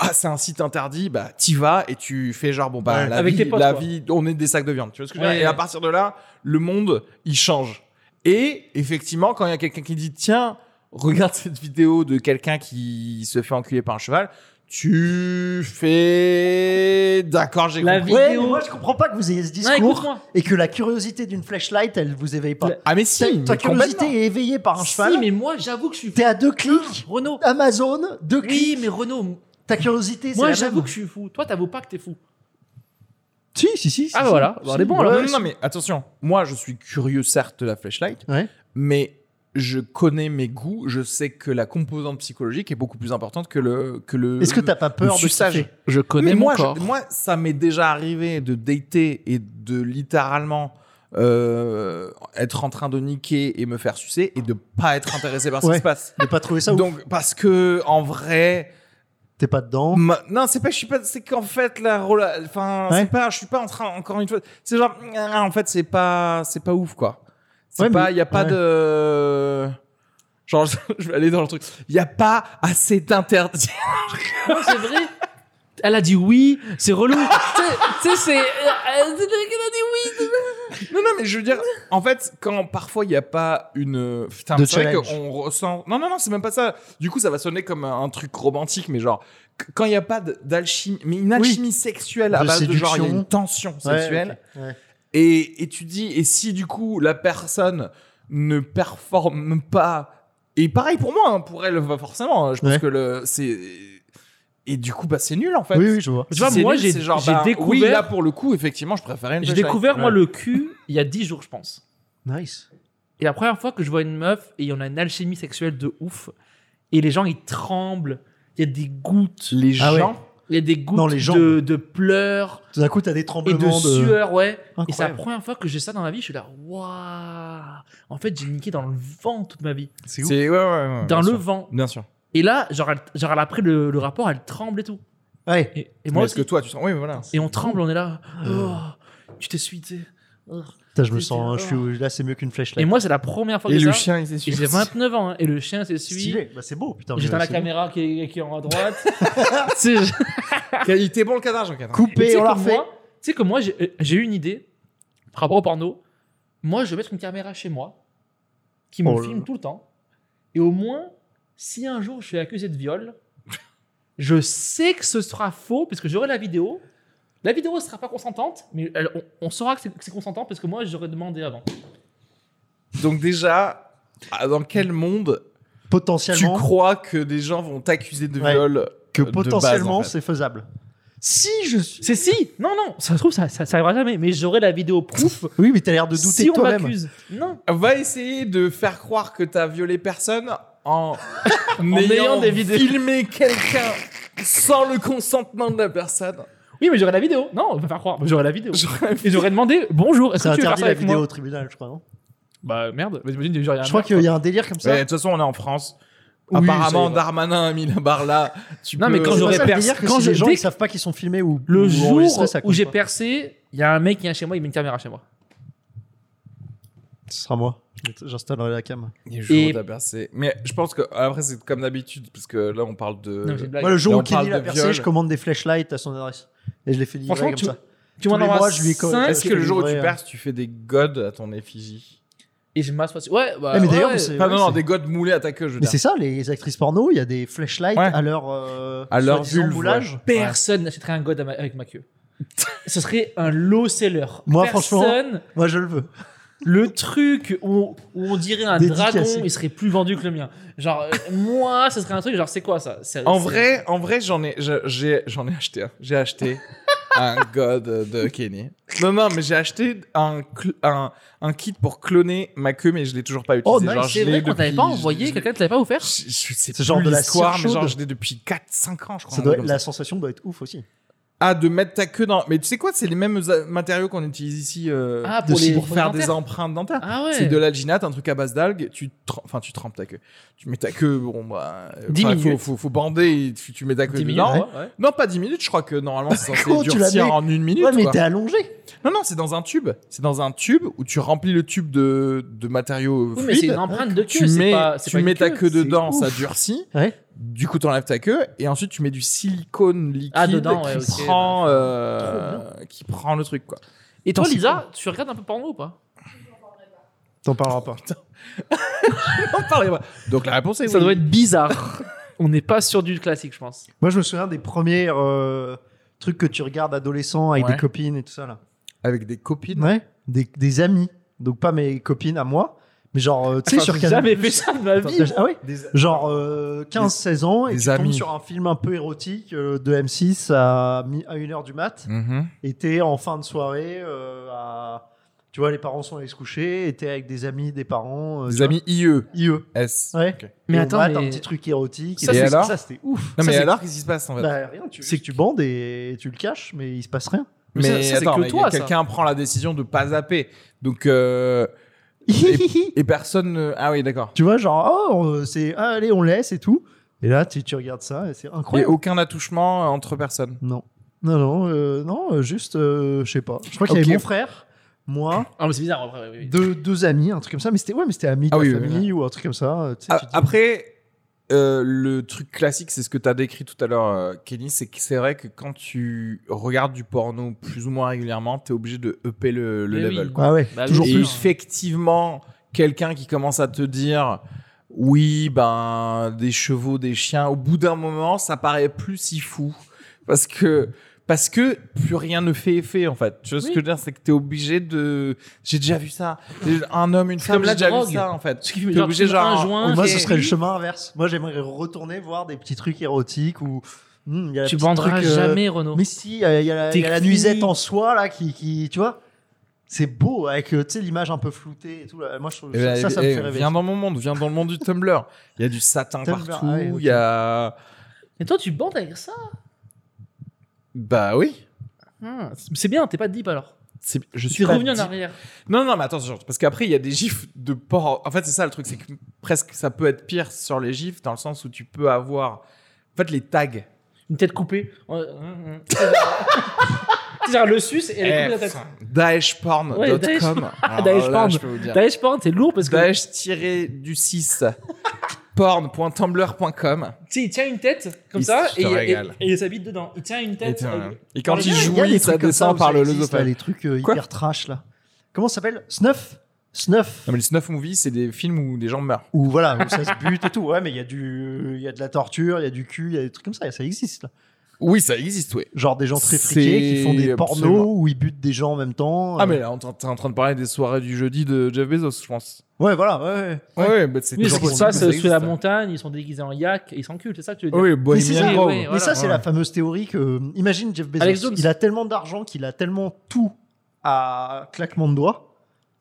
Ah, c'est un site interdit, bah, t'y vas et tu fais genre, bon, bah, Ouais. la, Avec vie, tes potes, la quoi. vie, on est des sacs de viande, tu vois ce que je veux dire Ouais, Et à ouais. partir de là, le monde, il change. Et effectivement, quand il y a quelqu'un qui dit, tiens, regarde cette vidéo de quelqu'un qui se fait enculer par un cheval, tu fais. D'accord, j'ai La compris. Ouais, vidéo. mais moi je comprends pas que vous ayez ce Non, discours écoute-moi. et que la curiosité d'une flashlight elle vous éveille pas. La- Ah, mais si, Ta- mais Ta curiosité complètement. est éveillée par un cheval. Si, mais moi, j'avoue que je suis. T'es à deux clics. Renaud. Amazon, deux clics. Oui, mais Renaud, Ta curiosité, c'est moi, la j'avoue même. que je suis fou. Toi, t'avoues pas que t'es fou. Si, si, si. Ah, bah voilà. Bah, on est bon, Non, alors. non, non, mais attention, moi, je suis curieux, certes, de la flashlight, Ouais. mais je connais mes goûts, je sais que la composante psychologique est beaucoup plus importante que le. Que le Est-ce que t'as pas peur le de suçage. kiffer Je connais Mais moi, mon corps. je- moi, ça m'est déjà arrivé de dater et de littéralement euh, être en train de niquer et me faire sucer et de pas être intéressé par ce Ouais. qui se passe. De pas trouver ça ouf. Donc, parce que en vrai, T'es pas dedans. ma- non, c'est pas, je suis pas, c'est qu'en fait la, rela- enfin, Ouais. c'est pas, je suis pas en train, encore une fois, c'est genre, ah, en fait, c'est pas, c'est pas ouf quoi. C'est Ouais, pas, mais- il y a pas ouais. de, genre, je vais aller dans le truc, il y a pas assez d'interdits. Non, c'est vrai. Elle a dit oui, c'est relou. tu sais- tu sais, c'est. euh, euh, c'est le mec, Elle a dit oui. Non, non, mais je veux dire, en fait, quand parfois il n'y a pas une. Putain, De c'est vrai challenge. qu'on ressent. Non, non, non, c'est même pas ça. Du coup, ça va sonner comme un, un truc romantique, mais genre, qu- quand il n'y a pas de- d'alchimie, mais une alchimie sexuelle à De base de genre, il y a séduction. une tension Ouais, sexuelle. ok. Ouais. Et, et tu dis, et si du coup la personne ne performe pas Et pareil pour moi, hein, pour elle, bah, forcément. Je pense Ouais. que le, c'est. Et du coup, bah, c'est nul en fait. Oui, oui, je vois. Si Tu vois, c'est moi, nul, j'ai- c'est genre, j'ai bah, Oui, découvert- là pour le coup, effectivement, je préférais une J'ai flashlight. découvert, moi, Ouais. le cul il y a 10 jours, je pense. Nice. Et la première fois que je vois une meuf et on a une alchimie sexuelle de ouf, et les gens ils tremblent, il y a des gouttes, Les gens. Ah ouais. il y a des gouttes Dans les jambes. de, de pleurs Tout d'un coup, t'as des et de tremblements de. sueur, ouais. Et c'est la Incroyable. première fois que j'ai ça dans ma vie, je suis là, waouh En fait, j'ai niqué dans le vent toute ma vie. C'est ouf. C'est ouais, ouais, ouais, Dans bien le sûr. vent. Bien sûr. Et là, genre, elle- genre elle- après le, le rapport, elle tremble et tout. Ouais. Et, et Moi, moi est-ce que aussi. toi, tu sens Oui, voilà. Et on tremble, on est là, oh, tu t'essuies, tu sais. Oh. Putain, je me C'était- sens. Je suis... Là, c'est mieux qu'une flèche. Et moi, c'est la première fois que Et j'ai le ça. chien, il s'est Et suivi. j'ai 29 ans, hein, et le chien s'essuie. Stylé. Bah, c'est beau, putain. mais J'étais à la c'est beau. caméra qui est, qui est en haut à droite. Tu sais, je- Il était bon le cadavre, Jean-Pierre. et tu Coupé, sais on que l'a refait. moi- Tu sais que moi, j'ai euh, j'ai eu une idée par rapport au porno. Moi, je vais mettre une caméra chez moi qui me Oh là filme là. tout le temps. Et au moins, si un jour je suis accusé de viol, je sais que ce sera faux parce que j'aurai la vidéo. La vidéo ne sera pas consentante, mais elle- on, on saura que c'est- que c'est consentant parce que moi, j'aurais demandé avant. Donc déjà, ah, dans quel monde tu Potentiellement. crois que des gens vont t'accuser de Ouais. viol que euh, de base, potentiellement en fait c'est faisable. Si je suis. C'est si Non, non, ça se trouve, ça ça, ça arrivera jamais, mais j'aurai la vidéo proof Oui, mais t'as l'air de douter si on toi-même. m'accuse. Non Va essayer de faire croire que t'as violé personne en, en ayant des vidéos. filmé quelqu'un sans le consentement de la personne. Oui, mais j'aurais la vidéo. Non, on va faire croire. mais J'aurais la vidéo. J'aurais- Et j'aurais demandé bonjour, est-ce C'est que tu veux faire interdit ça la avec vidéo moi au tribunal, je crois, non Bah merde, mais j'imagine déjà, il y a un Je crois meurtre. qu'il y a un délire comme ça. Ouais, De toute façon, on est en France. Oui, Apparemment, ça y va. Darmanin a mis la barre là. Tu Non, peux- mais quand C'est j'aurais pas ça le percé- délire que quand si je- les gens dès ils que- savent pas qu'ils sont filmés ou Le ou enregistrés, jour ça où compte j'ai pas. percé, il y a un mec qui vient chez moi, il met une caméra chez moi. Ce sera moi. J'installerai la cam. Les jours Et- de la percée. Mais je pense que après c'est comme d'habitude parce que là on parle de. Non, c'est une blague. Euh, Moi, le jour Là, où on parle Kenny l'a de percé, viol. je commande des flashlights à son adresse et je les fais livrer Franchement, comme tu- ça. tu m'en tous les envoies mois, je lui ai cinq, commandé- Est-ce que le jour où Ouais, tu hein. perces, tu fais des godes à ton effigie et je m'assois sur... Ouais, bah Eh, mais d'ailleurs, ouais. c'est- Enfin, ouais, non, non, c'est- des godes moulés à ta queue, je veux Mais dire. c'est ça, les actrices porno, il y a des flashlights Ouais. à leur euh, À leur soi-disant vulve, moulage. Personne n'achèterait un god à ma- avec ma queue. Ce serait un low seller. Moi, Personne, franchement- Moi, je le veux. le truc où, où on dirait un Dédicacé. dragon, il serait plus vendu que le mien. Genre, euh, moi, ce serait un truc, genre, c'est quoi ça C'est- En c'est- vrai, en vrai, j'en ai, je- j'ai, j'en ai acheté un. J'ai acheté un god de Kenny. Non, non, mais j'ai acheté un, cl- un, un kit pour cloner ma queue, mais je l'ai toujours pas utilisé. nice, Genre, je Oh, C'est l'ai vrai qu'on t'avait depuis- pas envoyé, je- quelqu'un te l'avait pas offert je, je sais C'est plus genre de la l'histoire, cire mais genre, chaude. je l'ai depuis 4-5 ans, je crois. Ça un doit- truc comme la ça. sensation doit être ouf aussi. Ah, de mettre ta queue dans. Mais tu sais quoi, c'est les mêmes euh, matériaux qu'on utilise ici euh, Ah, pour de- les- pour pour les faire des dentaires. empreintes dentaires. Ah ouais C'est de l'alginate, un truc à base d'algues. Tu, trem- enfin, tu trempes ta queue. Tu mets ta queue, bon, bah, euh, Dix enfin, faut, minutes. faut, faut bander. Et tu, tu mets ta queue 10 minutes, dedans. ouais, ouais. Non, pas 10 minutes, je crois que normalement c'est censé Comment tu l'as durcir mis en une minute. ouais, mais quoi. t'es allongé. Non, non, c'est dans un tube. C'est dans un tube où tu remplis le tube de, de matériaux Oui, mais fluides. c'est une empreinte de queue. tu c'est mets, pas, c'est tu pas une mets ta queue c'est dedans, ouf. ça durcit. Ouais. Du coup, t'enlèves ta queue et ensuite tu mets du silicone liquide Ah, dedans, qui, ouais, ok, bah, prend, euh, qui prend le truc. quoi. Et toi, Putain, c'est Lisa, tu regardes un peu porno ou pas T'en parleras pas. Oh, On parlait pas. Donc la réponse est oui. être bizarre. On n'est pas sur du classique, je pense. Moi, je me souviens des premiers euh, trucs que tu regardes adolescent avec Ouais. des copines et tout ça là. Avec des copines. Ouais. Des, des amis. Donc pas mes copines à moi, mais genre euh, tu sais Enfin, sur j'ai J'ai Canal+. jamais fait ça de ma Attends, vie. t'as- Ah oui. Des- Genre 15-16 ans et des tu tombes amis. sur un film un peu érotique euh, de M6 à 1h du mat. Mhm. Et t'es en fin de soirée euh, à- Tu vois, les parents sont allés se coucher et t'es avec des amis, des parents. euh, Des tu amis IE. vois. IE. S. Ouais. Ok. Mais Et au attends, mat, mais- un petit truc érotique. Ça, tout c'est- ça, alors ça, c'était ouf. Non, Ça, mais c'est- alors, qu'est-ce qui se passe en fait Bah, rien, tu- c'est que tu bandes et tu le caches, mais il se passe rien. Mais ça- Mais ça, c'est attends, que mais toi, ça. quelqu'un prend la décision de pas zapper. Donc euh, et, et personne. euh, Ah oui, d'accord. tu vois, genre, oh, euh, c'est ah, allez, on laisse et tout. Et là, tu, tu regardes ça et c'est Et incroyable. aucun attouchement euh, entre personnes. Non, non, non, euh, non, euh, juste, euh, je sais pas. Je crois qu'il y Ok. avait mon frère, moi, Ah, mais c'est bizarre. après, oui, oui. deux, deux amis, un truc comme ça. Mais c'était ouais, mais c'était amis de Ah la oui, oui, famille ou un truc comme ça. euh, tu sais, Ah, tu te dis- après, euh, le truc classique, c'est ce que tu as décrit tout à l'heure, euh, Kenny, c'est que c'est vrai que quand tu regardes du porno plus ou moins régulièrement, tu es obligé de upper le, le Eh oui. level. quoi. Ah ouais. Bah, toujours oui, Et plus. hein. effectivement, quelqu'un qui commence à te dire oui, ben des chevaux, des chiens, au bout d'un moment, ça paraît plus si fou parce que Parce que plus rien ne fait effet, en fait. Tu vois ce Oui. que je veux dire, c'est que t'es obligé de. J'ai déjà vu ça. Un homme, une C'est femme, comme la j'ai déjà drogue. vu ça, en fait. Ce qui fait T'es obligé, tu fumes genre, un joint, Moi, et- ce serait le chemin inverse. Moi, j'aimerais retourner voir des petits trucs érotiques ou. Hmm, il y a un Tu petit vendras truc, euh, jamais, Renaud. Mais si, il y a, il y a la, il y a la T'écris. nuisette en soie, là, qui. qui- tu vois C'est beau, avec euh, tu sais, l'image un peu floutée et tout. là. Moi, je trouve Eh ben, ça, ça, ça eh, me fait rêver. viens dans mon monde, viens dans le monde du Tumblr. Il y a du satin Tumblr, partout, ah ouais, il ok. y a. Et toi, tu bandes avec ça Bah oui. Ah, C'est bien, t'es pas deep alors. C'est- Je Tu suis es pas revenu en dit- arrière. Non, non, mais attends, genre, parce qu'après, il y a des gifs de porc. En fait, c'est ça le truc, c'est que presque ça peut être pire sur les gifs, dans le sens où tu peux avoir. En fait, les tags. Une tête coupée. Ouais, hum, ouais, ouais. C'est-à-dire le suce et elle Eh, coupe la tête. putain, Daeshporn.com. Ouais, Daesh- Alors Daesh là, porn. je peux vous dire. Daesh porn, c'est lourd parce que Daesh-du-6 porn.tumblr.com. tu sais, il tient une tête comme Il- ça je te et, il- et, régale. et il s'habite dedans. Il tient une Et, tête. euh, tiens, avec- et quand Il il y a- Il y a jouit, des ça trucs comme descend où par ça le existe, là, l'œsophage. Les trucs euh, Quoi hyper trash, là. Comment ça s'appelle Snuff Snuff Non, mais les snuff movies, c'est des films où des gens meurent. Ou voilà, où ça se bute et tout. Ouais, mais il y, a du- il y a de la torture, il y a du cul, il y a des trucs comme ça, ça existe. Là. Oui, ça existe, oui. Genre des gens très friqués qui font des C'est- pornos absolument. où ils butent des gens en même temps. Ah, euh. mais là, on t'en- t'es en train de parler des soirées du jeudi de Jeff Bezos, je pense. Ouais, voilà, ouais, ouais. Ouais, ouais, bah, c'est Oui, des ce gens qui qui se passe disent que ça sous la existe. montagne, ils sont déguisés en yak et ils s'enculent, c'est ça que tu veux dire Oui, Mais c'est Bohemian ça, Grove. ouais, Mais voilà. ça, c'est Ouais. la fameuse théorie que. euh, Imagine Jeff Bezos. Alex Jones. Il a tellement d'argent qu'il a tellement tout à claquement de doigts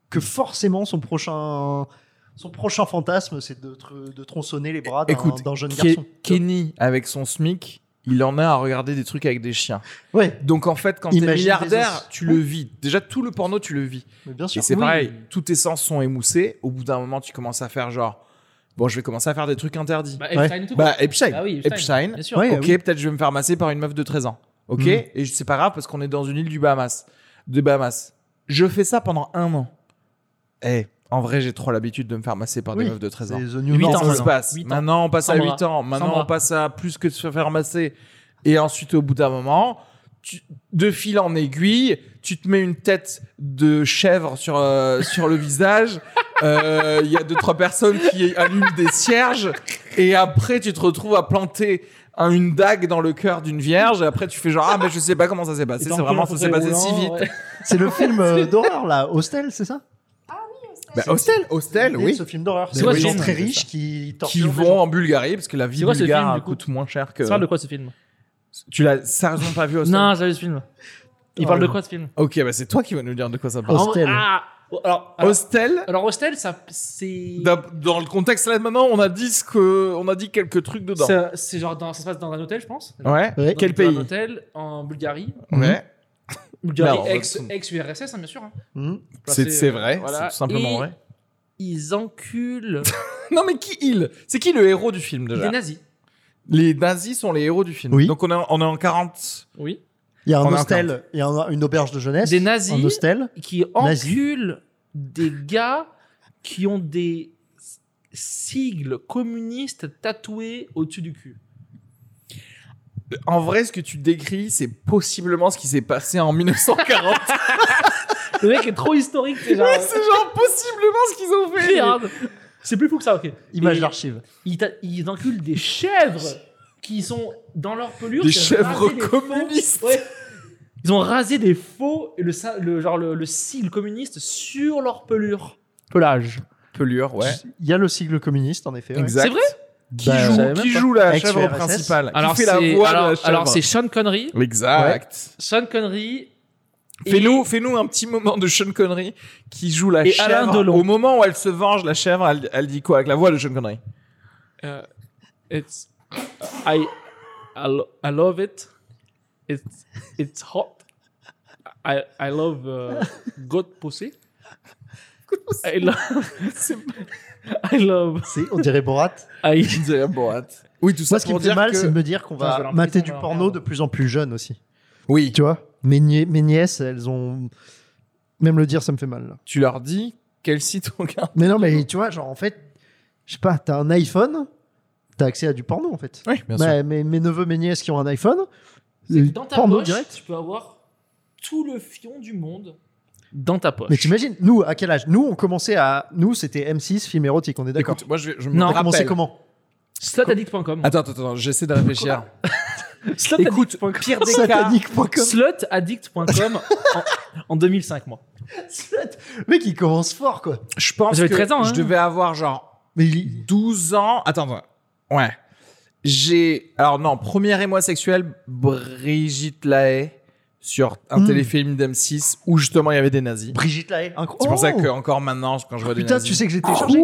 que forcément son prochain. Son prochain fantasme, c'est de, tr- de tronçonner les bras d'un Écoute, d'un jeune Ke- garçon. Kenny, avec son SMIC, il en a à regarder des trucs avec des chiens. Ouais, Donc en fait, quand t'es Imagine milliardaire, Bezos. tu le vis. Déjà, tout le porno, tu le vis. mais bien sûr. Et c'est Oui. pareil, tous tes sens sont émoussés. Au bout d'un moment, tu commences à faire genre, bon, je vais commencer à faire des trucs interdits. Bah, Ouais. Epstein et tout. Bah, Epstein. Ah oui, Epstein. Epstein. Bien sûr. Ouais, ok, peut-être je vais me faire masser par une meuf de 13 ans. Ok, Mhm. et c'est pas grave parce qu'on est dans une île du Bahamas. De Bahamas. Je fais ça pendant un an. Eh, en vrai, j'ai trop l'habitude de me faire masser par des Oui, meufs de 13 C'est ans. The New Huit Non, Normal. ans, ça se maintenant. passe. Huit ans. Maintenant, on passe à Sans 8 bras. ans. Maintenant, Sans bras. on passe à plus que de se faire masser. Et ensuite, au bout d'un moment, tu- de fil en aiguille, tu te mets une tête de chèvre sur, euh, sur le visage. Euh, Il y a deux, trois personnes qui allument des cierges. Et après, tu te retrouves à planter un- une dague dans le cœur d'une vierge. Et après, tu fais genre, ah, mais je sais pas comment ça s'est Et passé. t'en C'est vraiment, coules en ça s'est fauteuil passé si vite. roulant, ouais. C'est le film euh, d'horreur, là, Hostel, c'est ça Bah, hostel, hostel, Vous voyez, oui. Ce film d'horreur. C'est C'est quoi des ce gens film très C'est riches ça. qui Qui torturent. des vont gens. en Bulgarie, parce que la vie C'est quoi ce bulgare film, du euh, coup coûte moins cher que. Ça parle de quoi ce film Tu l'as sérieusement pas vu, hostel Non, j'ai vu ce film. Il Oh, parle de le- quoi ce film Ok, bah c'est toi qui vas nous dire de quoi ça parle. Hostel. Ah, alors, alors, Hostel. alors Hostel, ça, c'est. Dans dans le contexte là maintenant, on a dit ce que, on a dit quelques trucs dedans. C'est c'est genre dans, ça se passe dans un hôtel, je pense. Ouais. Ouais. Dans- Quel dans pays Un hôtel en Bulgarie. Ouais. Bulgarie Non, on va- ex, ex URSS, hein, bien sûr. hein. Mhm. C'est Placé, c'est euh, vrai. voilà. C'est tout simplement Et vrai. Ils enculent Mhm. Non mais qui il C'est qui le héros du film les déjà nazis. Les nazis sont les héros du film. Oui. Donc on est en- on est en 40. Oui. Il y a un On a un hostel, il y a un- une auberge de jeunesse. Des nazis. Un hostel. Qui Nazis. enculent des gars qui ont des sigles communistes tatoués au-dessus du cul. En vrai, ce que tu décris, c'est possiblement ce qui s'est passé en 1940. Le mec est trop historique, c'est Oui, genre. c'est genre possiblement ce qu'ils ont fait. Merde. C'est plus fou que ça, ok. Image Et- d'archive. Ils, t'a- ils enculent des chèvres qui sont dans leur pelure. Des c'est chèvres rasé des faux. communistes. Ouais. Ils ont rasé des faux, et le, sa- le, genre le, le sigle communiste sur leur pelure. Pelage. Pelure, ouais. Il y a le sigle communiste, en effet. ouais. Exact. C'est vrai Qui Bah, joue, je savais même qui pas. joue la Ex-URSS. chèvre principale Qui fait la c'est- voix de alors- la chèvre alors, c'est Sean Connery. Exact. Sean Connery. et- Fais-nous, fais-nous un petit moment de Sean Connery qui joue la Et chèvre. Alain Delon. Au moment où elle se venge, la chèvre, elle, elle dit quoi avec la voix de Sean Connery euh, it's, I, I, lo- I love it. It's, it's hot. I, I love uh, good pussy. I love. I love. C'est- On dirait Borat. I, Oui, tout ça Moi, ce qui pour me fait dire mal, que- c'est de me dire qu'on Putain, je vais va leur mater péter du leur porno merde. de plus en plus jeune aussi. Oui, Tu vois mes, nie- mes nièces, elles ont. Même le dire, ça me fait mal. là. tu leur dis quel site on regarde. Mais non, mais tu vois, genre, en fait, je sais pas, t'as un iPhone, t'as accès à du porno, en fait. Oui, bien Bah, Bah, mes, mes neveux, mes nièces qui ont un iPhone, euh, Dans ta porno poche, direct. tu peux avoir tout le fion du monde dans ta poche. Mais t'imagines, nous, à quel âge Nous, on commençait à. Nous, c'était M6, film érotique, on est d'accord Écoute, moi je, vais- je me Non, On a commencé rappelle. comment Slotaddict.com. Attends, attends, attends, j'essaie de réfléchir. Écoute, pire des cas, Satanique.com. Slutaddict.com en, en 2005, moi. Le mec, il commence fort, quoi. je pense Ça fait que 13 ans, je hein. devais avoir genre Mais il- 12 ans. Attends, attends. ouais. J'ai alors non, premier émoi sexuel Brigitte Lahaye sur un Hmm. téléfilm d'M6 où justement il y avait des nazis. Brigitte Lahaye. incro- C'est pour ça Oh Ah, que encore maintenant quand je vois des Putain, nazis. tu sais que j'ai Ah, téléchargé.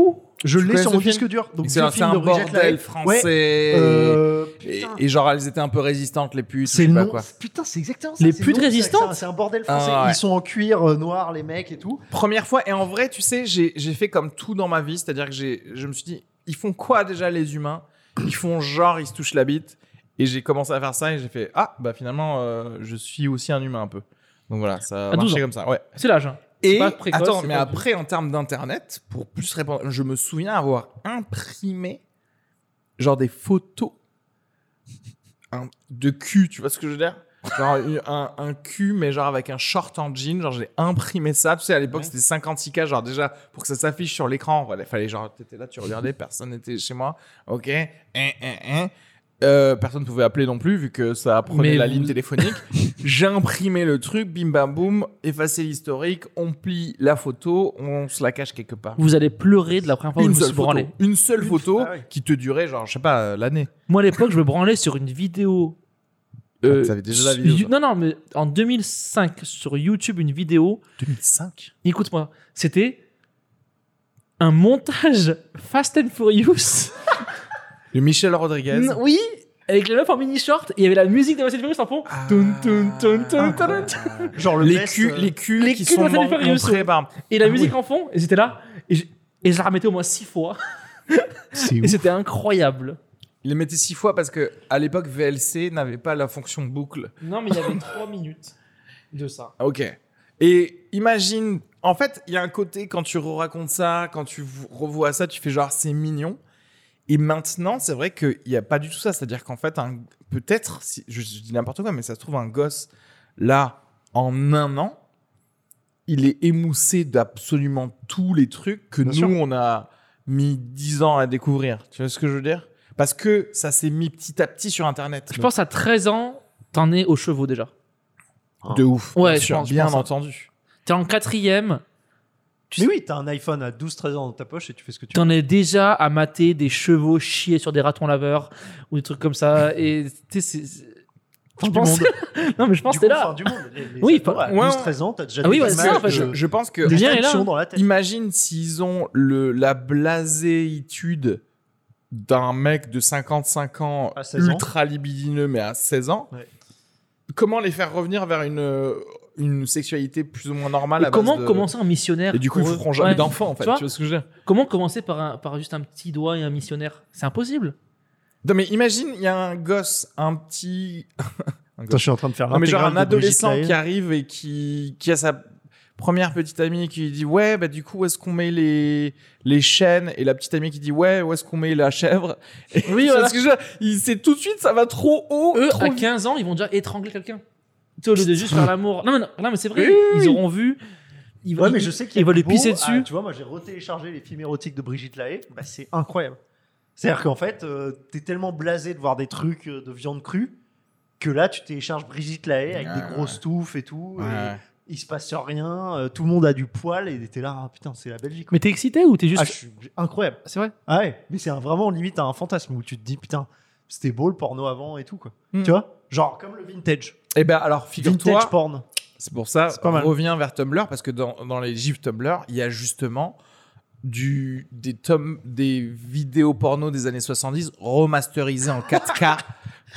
Je Tu l'ai connais sur ce mon film disque dur. Donc, C'est un, vieux c'est film un de Brigitte Lahaye. bordel français. Ouais. Euh, Et, putain. et genre elles étaient un peu résistantes les putes, je C'est sais pas non. quoi. Putain, c'est exactement ça. Les c'est putes non, c'est- résistantes C'est un bordel français. Ah ouais. Ils sont en cuir euh, noir, les mecs et tout. Première fois et en vrai, tu sais, j'ai j'ai fait comme tout dans ma vie, c'est-à-dire que j'ai je me suis dit ils font quoi déjà les humains Ils font genre ils se touchent la bite et j'ai commencé à faire ça et j'ai fait ah bah finalement euh, je suis aussi un humain un peu. Donc voilà, ça a À 12 marché ans. comme ça, ouais. C'est l'âge. hein. Et pas précoce, attends, c'est mais pas- après en termes d'internet, pour plus répondre, je me souviens avoir imprimé genre des photos un- de cul, tu vois ce que je veux dire Genre une- un, un cul, mais genre avec un short en jean, genre j'ai imprimé ça, tu sais à l'époque Ouais. c'était 56K, genre déjà pour que ça s'affiche sur l'écran, voilà, fallait genre t'étais là, tu regardais, personne n'était chez moi, ok, hein, hein, hein. Euh, personne ne pouvait appeler non plus vu que ça prenait Mais la vous- ligne téléphonique. J'ai imprimé le truc, bim bam boum, effacer l'historique, on plie la photo, on se la cache quelque part. Vous allez pleurer de la première fois que Une vous me seule, suis photo, branlé. une seule Une- photo Ah ouais. qui te durait genre je sais pas euh, l'année. Moi, à l'époque, je me branlais sur une vidéo. Euh, Ah, t'avais déjà la vidéo, you- toi. Non, non, mais en 2005, sur YouTube, une vidéo. 2005. Écoute-moi, c'était un montage Fast and Furious. De Michel Rodriguez. N- Oui, avec les meufs en mini short. Et il y avait la musique de Fast and Furious en fond. Ah. Tun, tun, tun, tun, Ah, tun, tun. Genre le Les best, culs, euh, les culs Les qui culs sont dans Fast and Furious, montrés par. Et la Ah musique en fond. Et c'était là. Et je, et je la remettais au moins six fois. C'est Et c'était incroyable. Il les mettait six fois parce que à l'époque VLC n'avait pas la fonction boucle. Non, mais il y avait trois minutes de ça. Ah, Ok. Et imagine, en fait, il y a un côté quand tu racontes ça, quand tu v- revois ça, tu fais genre c'est mignon. Et maintenant, c'est vrai qu'il n'y a pas du tout ça. C'est-à-dire qu'en fait, un- peut-être, si, je, je dis n'importe quoi, mais ça se trouve, un gosse, là, en un an, il est émoussé d'absolument tous les trucs que Bien nous, sûr. on a mis dix ans à découvrir. Tu vois ce que je veux dire Parce que ça s'est mis petit à petit sur Internet. Je pense à 13 ans, t'en es aux chevaux déjà. de ouf. Ouais, bien je sûr, pense, je bien pense, hein. entendu. T'es en quatrième, Mais oui, t'as un iPhone à 12-13 ans dans ta poche et tu fais ce que tu veux. t'en es déjà à mater des chevaux chiés sur des ratons laveurs ou des trucs comme ça. Et tu sais, c'est- c'est- Fin je du pense. non, mais je pense Du que t'es coup, là. fin du monde. Les- les Oui, ados, pas- à ouais, ouais. 12-13 ans, t'as déjà Ah oui, des ouais, c'est ça, images en fait, je, de- je pense que Le lien est d'instructions là. dans la tête. Imagine s'ils ont le, la blaséitude d'un mec de 55 ans, À 16 ans. ultra libidineux, mais à 16 ans. Ouais. Comment les faire revenir vers une, une sexualité plus ou moins normale Et à base comment de- commencer un missionnaire Et du coup, ils pour eux feront jamais Ouais. d'enfants, en fait. Tu vois Tu vois ce que je veux dire Comment commencer par, un- par juste un petit doigt et un missionnaire C'est impossible. Non, mais imagine, il y a un gosse, un petit. un Attends, gosse. je suis en train de faire Non, mais genre l'intégrale un de Brigitte adolescent Lahaye. qui arrive et qui, qui a sa première petite amie qui lui dit ouais bah du coup où est-ce qu'on met les les chaînes et la petite amie qui dit ouais où est-ce qu'on met la chèvre et Oui, c'est voilà. ce que je- il c'est tout de suite ça va trop Oh, haut Eux, trop à vite. 15 ans, ils vont déjà étrangler quelqu'un. Tu sais, au lieu de juste faire l'amour. Non, mais, non, non, mais c'est vrai, Oui, ils auront vu. Ils, Ouais, mais ils- je sais qu'il y a ils vont des lui beaux- pisser Ah, dessus. tu vois, moi j'ai retéléchargé les films érotiques de Brigitte Lahaye, bah, c'est incroyable. C'est-à-dire qu'en fait, euh, t'es tellement blasé de voir des trucs euh, de viande crue que là, tu télécharges Brigitte Lahaye avec Ouais, des Ah, ouais. grosses touffes et tout. et Ouais. il se passe rien, euh, tout le monde a du poil et t'es là, ah, putain, c'est la Belgique. mais t'es excité ou t'es juste. Ah, je suis incroyable. C'est vrai. Ah ouais, mais c'est un- vraiment limite un fantasme où tu te dis, putain, c'était beau le porno avant et tout, quoi. Hmm. Tu vois Genre comme le vintage. et ben alors figure-toi Vintage porn. C'est pour ça, C'est pas on mal. revient vers Tumblr parce que dans, dans les gifs Tumblr, il y a justement du, des, tom- des vidéos porno des années 70 remasterisées en 4K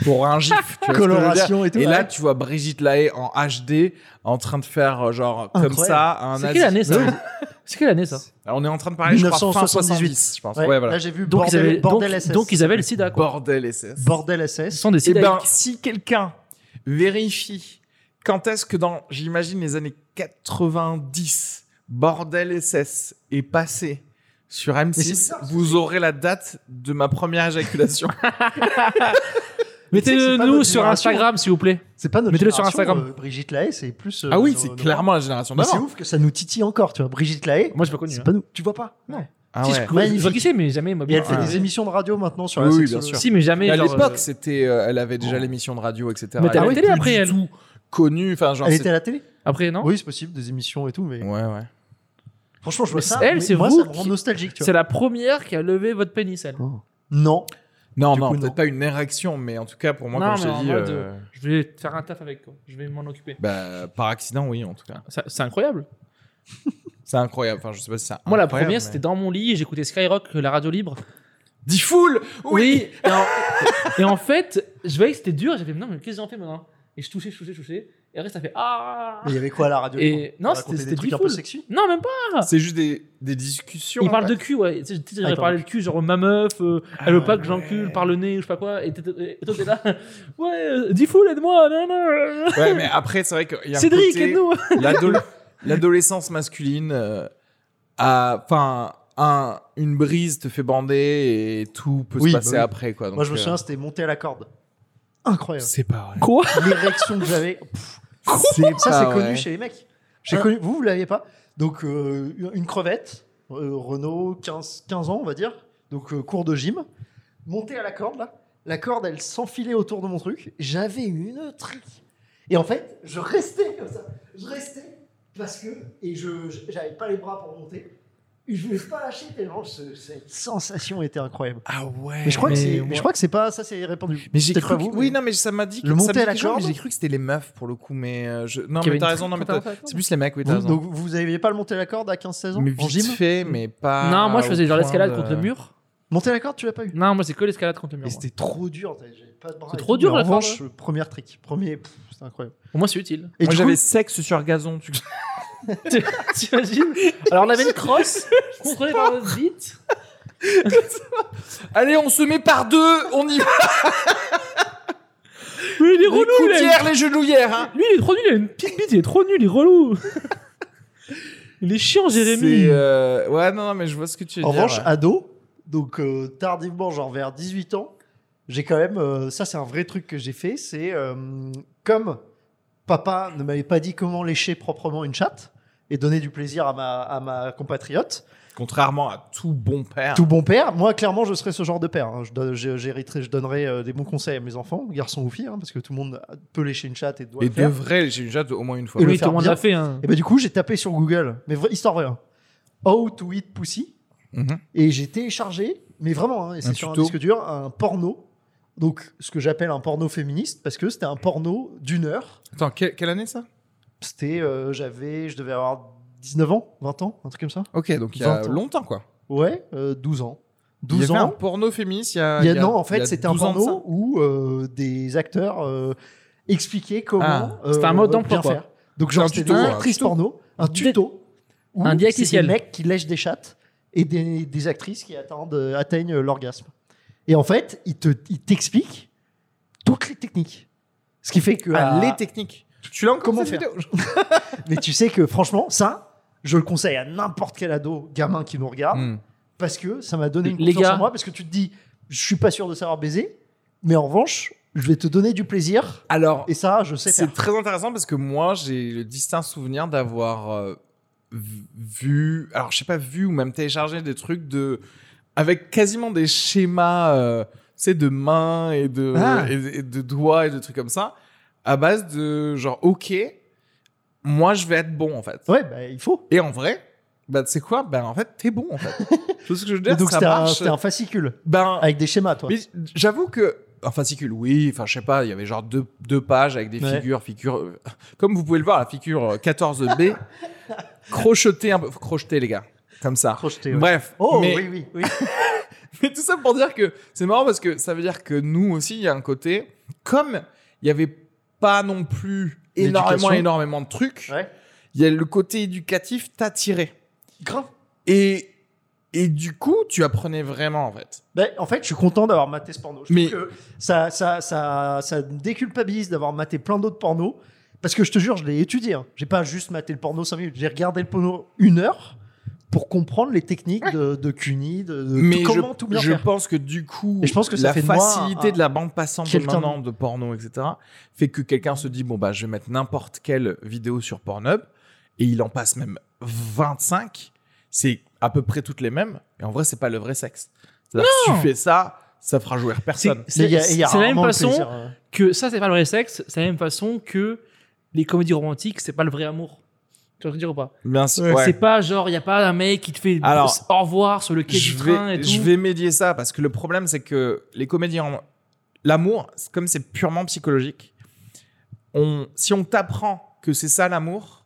pour un gif. tu vois ce que je veux dire Coloration et tout, Et là, ouais. tu vois Brigitte Lahaye en HD en train de faire euh, genre comme Incroyable. ça à un C'est nazi. quelle année ça C'est quelle année ça Alors, on est en train de parler, je crois, fin 1978, 78, je pense. Ouais, Ouais, voilà. Là, j'ai vu donc ils, bordel, avaient, bordel donc, SS. donc ils avaient le sida quoi. Bordel SS. Bordel Ce SS. sont des Eh sida. ben, si quelqu'un vérifie quand est-ce que dans, j'imagine, les années 90, Bordel SS est passé sur c'est M6, bizarre, vous aurez la date de ma première éjaculation. tu sais que c'est pas Mettez-nous notre sur génération. Instagram s'il vous plaît. C'est pas notre Mettez-le sur génération, Instagram. euh, Brigitte Lahaye, c'est plus. euh, ah oui, nos- c'est nos- clairement la génération Mais c'est d'avant. ouf que ça nous titille encore, tu vois. Brigitte Lahaye, Moi j'ai pas connu. c'est hein. pas nous. Tu vois pas Non. Ah si, ouais. je, connais- Magnifique. je vois qui c'est, mais jamais Et elle Mobile. fait Ah. des émissions de radio maintenant sur Oui, la oui, bien sexologie. sûr. Si, mais jamais. Mais à genre, l'époque, euh, c'était, euh, elle avait déjà l'émission de radio, etc. Mais t'as elle la est télé plus après, du elle. tout connue. Enfin, genre, Elle c'est- était à la télé Après, non Oui, c'est possible, des émissions et tout, mais Ouais, ouais. franchement, je vois Mais ça. elle, mais c'est moi, vous ça me rend qui- nostalgique, tu vois. C'est la première qui a levé votre pénis, elle. Non. Non, Du non, coup, peut-être non. pas une érection, mais en tout cas, pour moi, Non, comme je mais en t'ai dit, mode, euh, Je vais faire un taf avec quoi. Je vais m'en occuper. bah, par accident, oui, en tout cas. Ça- C'est incroyable. C'est incroyable. Enfin, je sais pas si c'est Moi, la incroyable, première, mais- c'était dans mon lit. J'écoutais Skyrock, euh, la radio libre. Dix foules Oui et, en, et en fait, je voyais que c'était dur. J'avais fait, non, mais qu'est-ce que j'en fais maintenant Et je touchais, je touchais, je touchais. Et après, ça fait ah Mais il y avait quoi à la radio Et- libre non, Elle c'était- racontait c'était des trucs du un peu full. sexy. Non, même pas. C'est juste des, des discussions. Il parle en de fait. cul, ouais. Tu sais, tu sais, Ah, j'aurais il parlé parle de cul, genre meuf, euh, elle veut pas que j'encule Ah ouais. par le nez ou je sais pas quoi. Et t'es- et toi, t'es là. Ouais, euh, dis fou, aide-moi. non, non. Ouais, mais après, c'est vrai qu'il y a un Cédric, côté- aide-nous. l'ado- l'adolescence masculine euh, a enfin un une brise te fait bander et tout peut Oui, se bah passer oui. après quoi donc Moi, je me euh, souviens, c'était monté à la corde. Incroyable. c'est pas vrai Quoi L'érection que j'avais. pff, C'est Ça, pas c'est connu vrai. chez les mecs. J'ai Ah. connu. Vous, vous l'aviez pas Donc, euh, une crevette, euh, Renault, 15, 15 ans, on va dire. Donc, euh, cours de gym. Monté à la corde, là. La corde, elle s'enfilait autour de mon truc. J'avais une trique. Et en fait, je restais comme ça. Je restais parce que. Et je j'avais pas les bras pour monter. Et je ne voulais pas lâcher tellement ce- cette sensation était incroyable. ah ouais Mais je crois que Mais c'est- moi- mais je crois que c'est pas ça, c'est répandu. mais j'ai Peut-être cru pas que- vous, mais- oui non mais ça m'a dit que ça Le me monter dit à la quelque chose, mais corde. j'ai cru que c'était les meufs pour le coup mais euh, je... non mais Qu'il y avait t'as une raison non mais trique, t'as- t'as raison. c'est plus les mecs oui t'as Vous, raison donc vous n'aviez pas le monté à la corde à 15-16 ans mais en vite gym fait mais pas Non, moi, je Ah, au faisais genre point l'escalade de- contre le mur. Monter à la corde, tu l'as pas eu Non, moi, c'est que l'escalade contre le mur. Et moi. c'était trop dur, t'avais- j'avais pas de bras. C'est et trop tout, dur, mais la En corde, revanche, euh, première trick, premier, pff, c'était incroyable. Pour moi, c'est utile. Et moi du coup, j'avais sexe sur gazon tu... T'imagines Alors, on avait une crosse contrôlée par notre bite. allez on se met par deux on y va Oui, il est les relou, il a coutières les genouillères hein. une- Lui, il est trop nul, il a une petite bite, il est trop nul, il est relou. Il est chiant, Jérémy. C'est, euh, ouais non non, mais je vois ce que tu veux en dire revanche, ouais. ado, donc euh, tardivement, genre vers 18 ans, j'ai quand même. euh, ça, c'est un vrai truc que j'ai fait. C'est euh, comme papa ne m'avait pas dit comment lécher proprement une chatte et donner du plaisir à ma, à ma compatriote, Contrairement à tout bon père. tout bon père, moi clairement je serais ce genre de père. hein. Je, don- je- j'hériterai- je donnerais euh, des bons conseils à mes enfants, garçons ou filles, hein, parce que tout le monde peut lécher une chatte et doit Et le faire. devrait, j'ai déjà au moins une fois. Et Oui, le tout faire le monde bien. l'a fait. Hein. Et bah du coup j'ai tapé sur Google, mais vrai, histoire vraie, hein. How to eat pussy, Mhm. et j'ai téléchargé, mais vraiment, hein, et c'est Un sur tuto. un disque dur, un porno. Donc ce que j'appelle un porno féministe, parce que c'était un porno d'une heure. Attends, que- quelle année ça C'était, euh, j'avais, je devais avoir 19 ans, 20 ans, un truc comme ça. Ok, donc il y a 20 ans. longtemps quoi. Ouais, euh, 12 ans. il y 12 avait un ans. porno féministe il y a. Il y a- Ah, il y a- non, en il y fait, a c'était un 12 ans de ça. porno où euh, des acteurs euh, expliquaient comment. Ah, euh, c'était un mode d'emploi, bien quoi. faire. Donc, C'est un genre, c'était tuto, une un actrice tuto. porno, un tuto, où Un c'est diététicien. des mecs qui lèchent des chattes et des, des actrices qui attendent, euh, atteignent l'orgasme. Et en fait, ils te- ils t'expliquent toutes les techniques. Ce qui fait que. Ah, à- les techniques. Tu l'as encore Comment cette faire vidéo Mais tu sais que, franchement, ça, je le conseille à n'importe quel ado, gamin qui nous regarde. Hmm. parce que ça m'a donné une Les confiance gars. en moi, parce que tu te dis, je suis pas sûr de savoir baiser, mais en revanche, je vais te donner du plaisir, Alors, et ça, je sais c'est faire. très intéressant parce que moi, j'ai le distinct souvenir d'avoir euh, v- vu, alors je sais pas vu ou même téléchargé des trucs de, avec quasiment des schémas, euh, tu sais, de mains et de, Ah. et- et de doigts et de trucs comme ça, à base de genre, ok, moi je vais être bon en fait. Ouais, bah, il faut. Et en vrai, bah, tu sais quoi Ben, en fait, t'es bon, en fait. tu vois ce que je veux Et dire donc, Ça c'était un, marche. c'était un fascicule, Ben, avec des schémas, toi. mais j'avoue que... Enfin, fascicule, oui. Enfin, je sais pas, il y avait genre deux, deux pages avec des Ouais. figures, figures... euh, Comme vous pouvez le voir, la figure euh, 14B, crochetée un peu... Crochetée, les gars. Comme ça. Crocheté, ouais. Bref. Oh, mais, oui, oui, oui. mais tout ça pour dire que c'est marrant parce que ça veut dire que nous aussi, il y a un côté... Comme il y avait pas non plus énormément, L'éducation. énormément de trucs, Ouais. il y a le côté éducatif t'attirait. Grave. Et, et du coup, tu apprenais vraiment, en fait. Ben, en fait, je suis content d'avoir maté ce porno. Je Mais- trouve que ça, ça, ça, ça me déculpabilise d'avoir maté plein d'autres pornos. Parce que je te jure, je l'ai étudié. hein. J'ai pas juste maté le porno 5 minutes. J'ai regardé le porno une heure pour comprendre les techniques de, de cuni, de, de Mais tout- je, comment tout bien je faire. pense que du coup, Et je pense que ça la fait de moi facilité un- de la bande passante de quelqu'un de- maintenant de porno, etc., fait que quelqu'un se dit bon bah je vais mettre n'importe quelle vidéo sur Pornhub et il en passe même 25. C'est à peu près toutes les mêmes. Et en vrai, c'est pas le vrai sexe. C'est-à-dire que si tu fais ça, ça fera jouer personne. C'est- Mais il y a- il y a c'est la même rarement le façon plaisir, euh. que ça, c'est pas le vrai sexe, c'est la même façon que les comédies romantiques, c'est pas le vrai amour. Tu vas te dire ou pas Bien sûr. ouais. C'est pas genre, il y a pas un mec qui te fait Alors, s- au revoir sur le quai je du train et vais, tout. je vais médier ça parce que le problème, c'est que les comédies en- L'amour, c'est- comme c'est purement psychologique, on, si on t'apprend que c'est ça l'amour,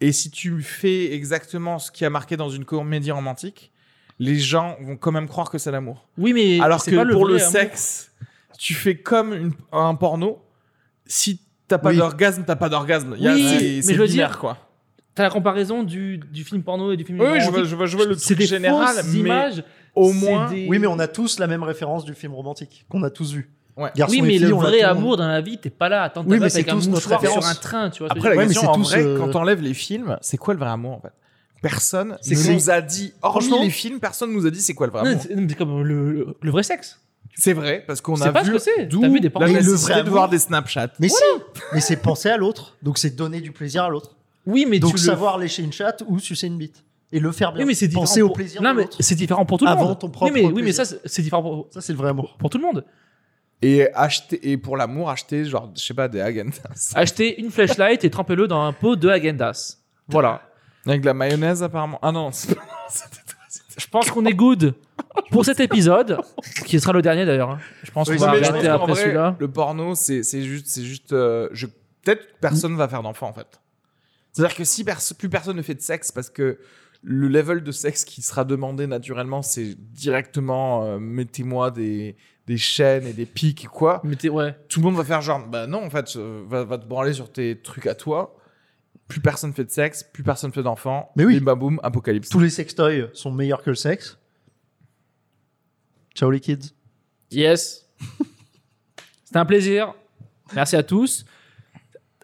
et si tu fais exactement ce qui a marqué dans une comédie romantique, les gens vont quand même croire que c'est l'amour. Oui, mais Alors c'est que pas pour vrai le amour. sexe, tu fais comme une- un porno. Si t'as pas Oui. d'orgasme, t'as pas d'orgasme. Il y a- Oui, c'est- mais c'est je veux binaire, dire- quoi. T'as la comparaison du, du film porno et du film Oui, oui, je romantique. vois, je vois, je vois le C'est truc des général, fausses mais images. au c'est moins. des- Oui, mais on a tous la même référence du film romantique qu'on a tous vu. Ouais. Garçon Oui, et mais fille, le on l'a vrai tout le monde. amour dans la vie, t'es pas là. Attends, Oui, mais t'arrasses c'est avec un tous notre mouchoir sur référence. un train, tu vois. ce que Après, la Ouais, mais question c'est en tous, vrai, euh, quand t'enlèves les films, c'est quoi le vrai amour en fait Personne C'est que- ne nous a dit, hormis Franchement- les films, personne nous a dit c'est quoi le vrai Non, amour. c'est- non, mais C'est comme le, le- le vrai sexe. C'est vrai, parce qu'on C'est a pas ce vu que c'est. d'où T'as vu des pornos. la Mais le nécessité vrai de voir amour- des Snapchats. Mais si, mais c'est penser à l'autre, donc c'est donner du plaisir à l'autre. Oui, mais donc tu le- savoir lécher une chatte ou sucer une bite et le faire bien. Oui, mais c'est différent. penser au pour- plaisir Non, de mais l'autre. c'est différent pour tout le monde. Avant ton propre Oui, mais, oui, mais ça, plaisir. c'est c'est différent pour, Ça c'est le vrai amour. pour tout le monde. Et, acheter, et pour l'amour, acheter, genre, je sais pas, des Häagen-Dazs. Acheter une flashlight et trempez-le dans un pot de Agendas. Voilà. Avec de la mayonnaise, apparemment. Ah non, c'est- c'était toi, c'était- Je pense qu'on est good pour cet épisode, qui sera le dernier d'ailleurs. hein. Je pense Oui, qu'on va mais je arrêter pense qu'en après vrai, celui-là. Le porno, c'est c'est juste, c'est juste, euh, je peut-être que personne va faire d'enfant en fait. C'est-à-dire que si perso- plus personne ne fait de sexe parce que le level de sexe qui sera demandé naturellement, c'est directement euh, mettez-moi des des chaînes et des pics et quoi. Mais t'es- ouais. Tout le monde va faire genre bah non en fait euh, va, va te branler sur tes trucs à toi. Plus personne fait de sexe, plus personne fait d'enfant. Mais oui. Et bam boum apocalypse. Tous les sextoys sont meilleurs que le sexe. Ciao les kids. Yes. C'était un plaisir. Merci à tous.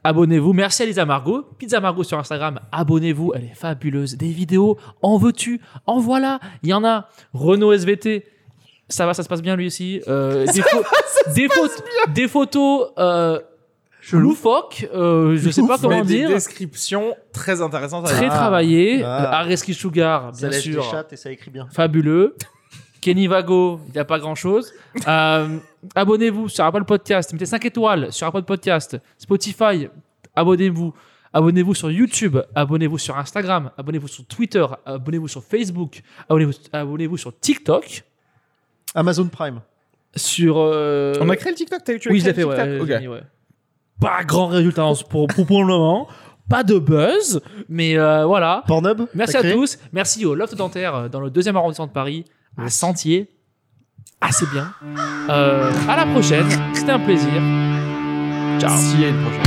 Abonnez-vous. Merci à Lisa Margot. Pizza Margot sur Instagram. Abonnez-vous. Elle est fabuleuse. Des vidéos. En veux-tu En voilà. Il y en a. Renault SVT. Ça va, ça se passe bien lui aussi. Euh, des, pho- des, photos- des photos euh, loufoques. euh, je sais pas comment Mais des dire. descriptions très intéressantes. à Très lire. travaillées. Euh, Ah. Areski Sugar, Ça bien lèche des sûr chattes et ça écrit bien. fabuleux. Kenny Vago, il n'y a pas grand chose. abonnez-vous sur Apple Podcast. Mettez 5 étoiles sur Apple Podcast. Spotify, abonnez-vous. Abonnez-vous sur YouTube. Abonnez-vous sur Instagram. Abonnez-vous sur Twitter. Abonnez-vous sur Facebook. Abonnez-vous abonnez-vous sur TikTok. Amazon Prime. Sur. euh, On a créé le TikTok. T'as eu tu as oui, je créé l'ai fait, le ouais, TikTok euh, Ok. j'ai mis, ouais. Pas grand résultat en ce- pour, pour, pour le moment. Pas de buzz. Mais euh, voilà. Pornhub. Merci t'as à créé tous. Merci au Loft Dentaire euh, dans le deuxième arrondissement de Paris, à Sentier. Assez bien. Euh, à la prochaine. C'était un plaisir. Ciao. Si, à une prochaine.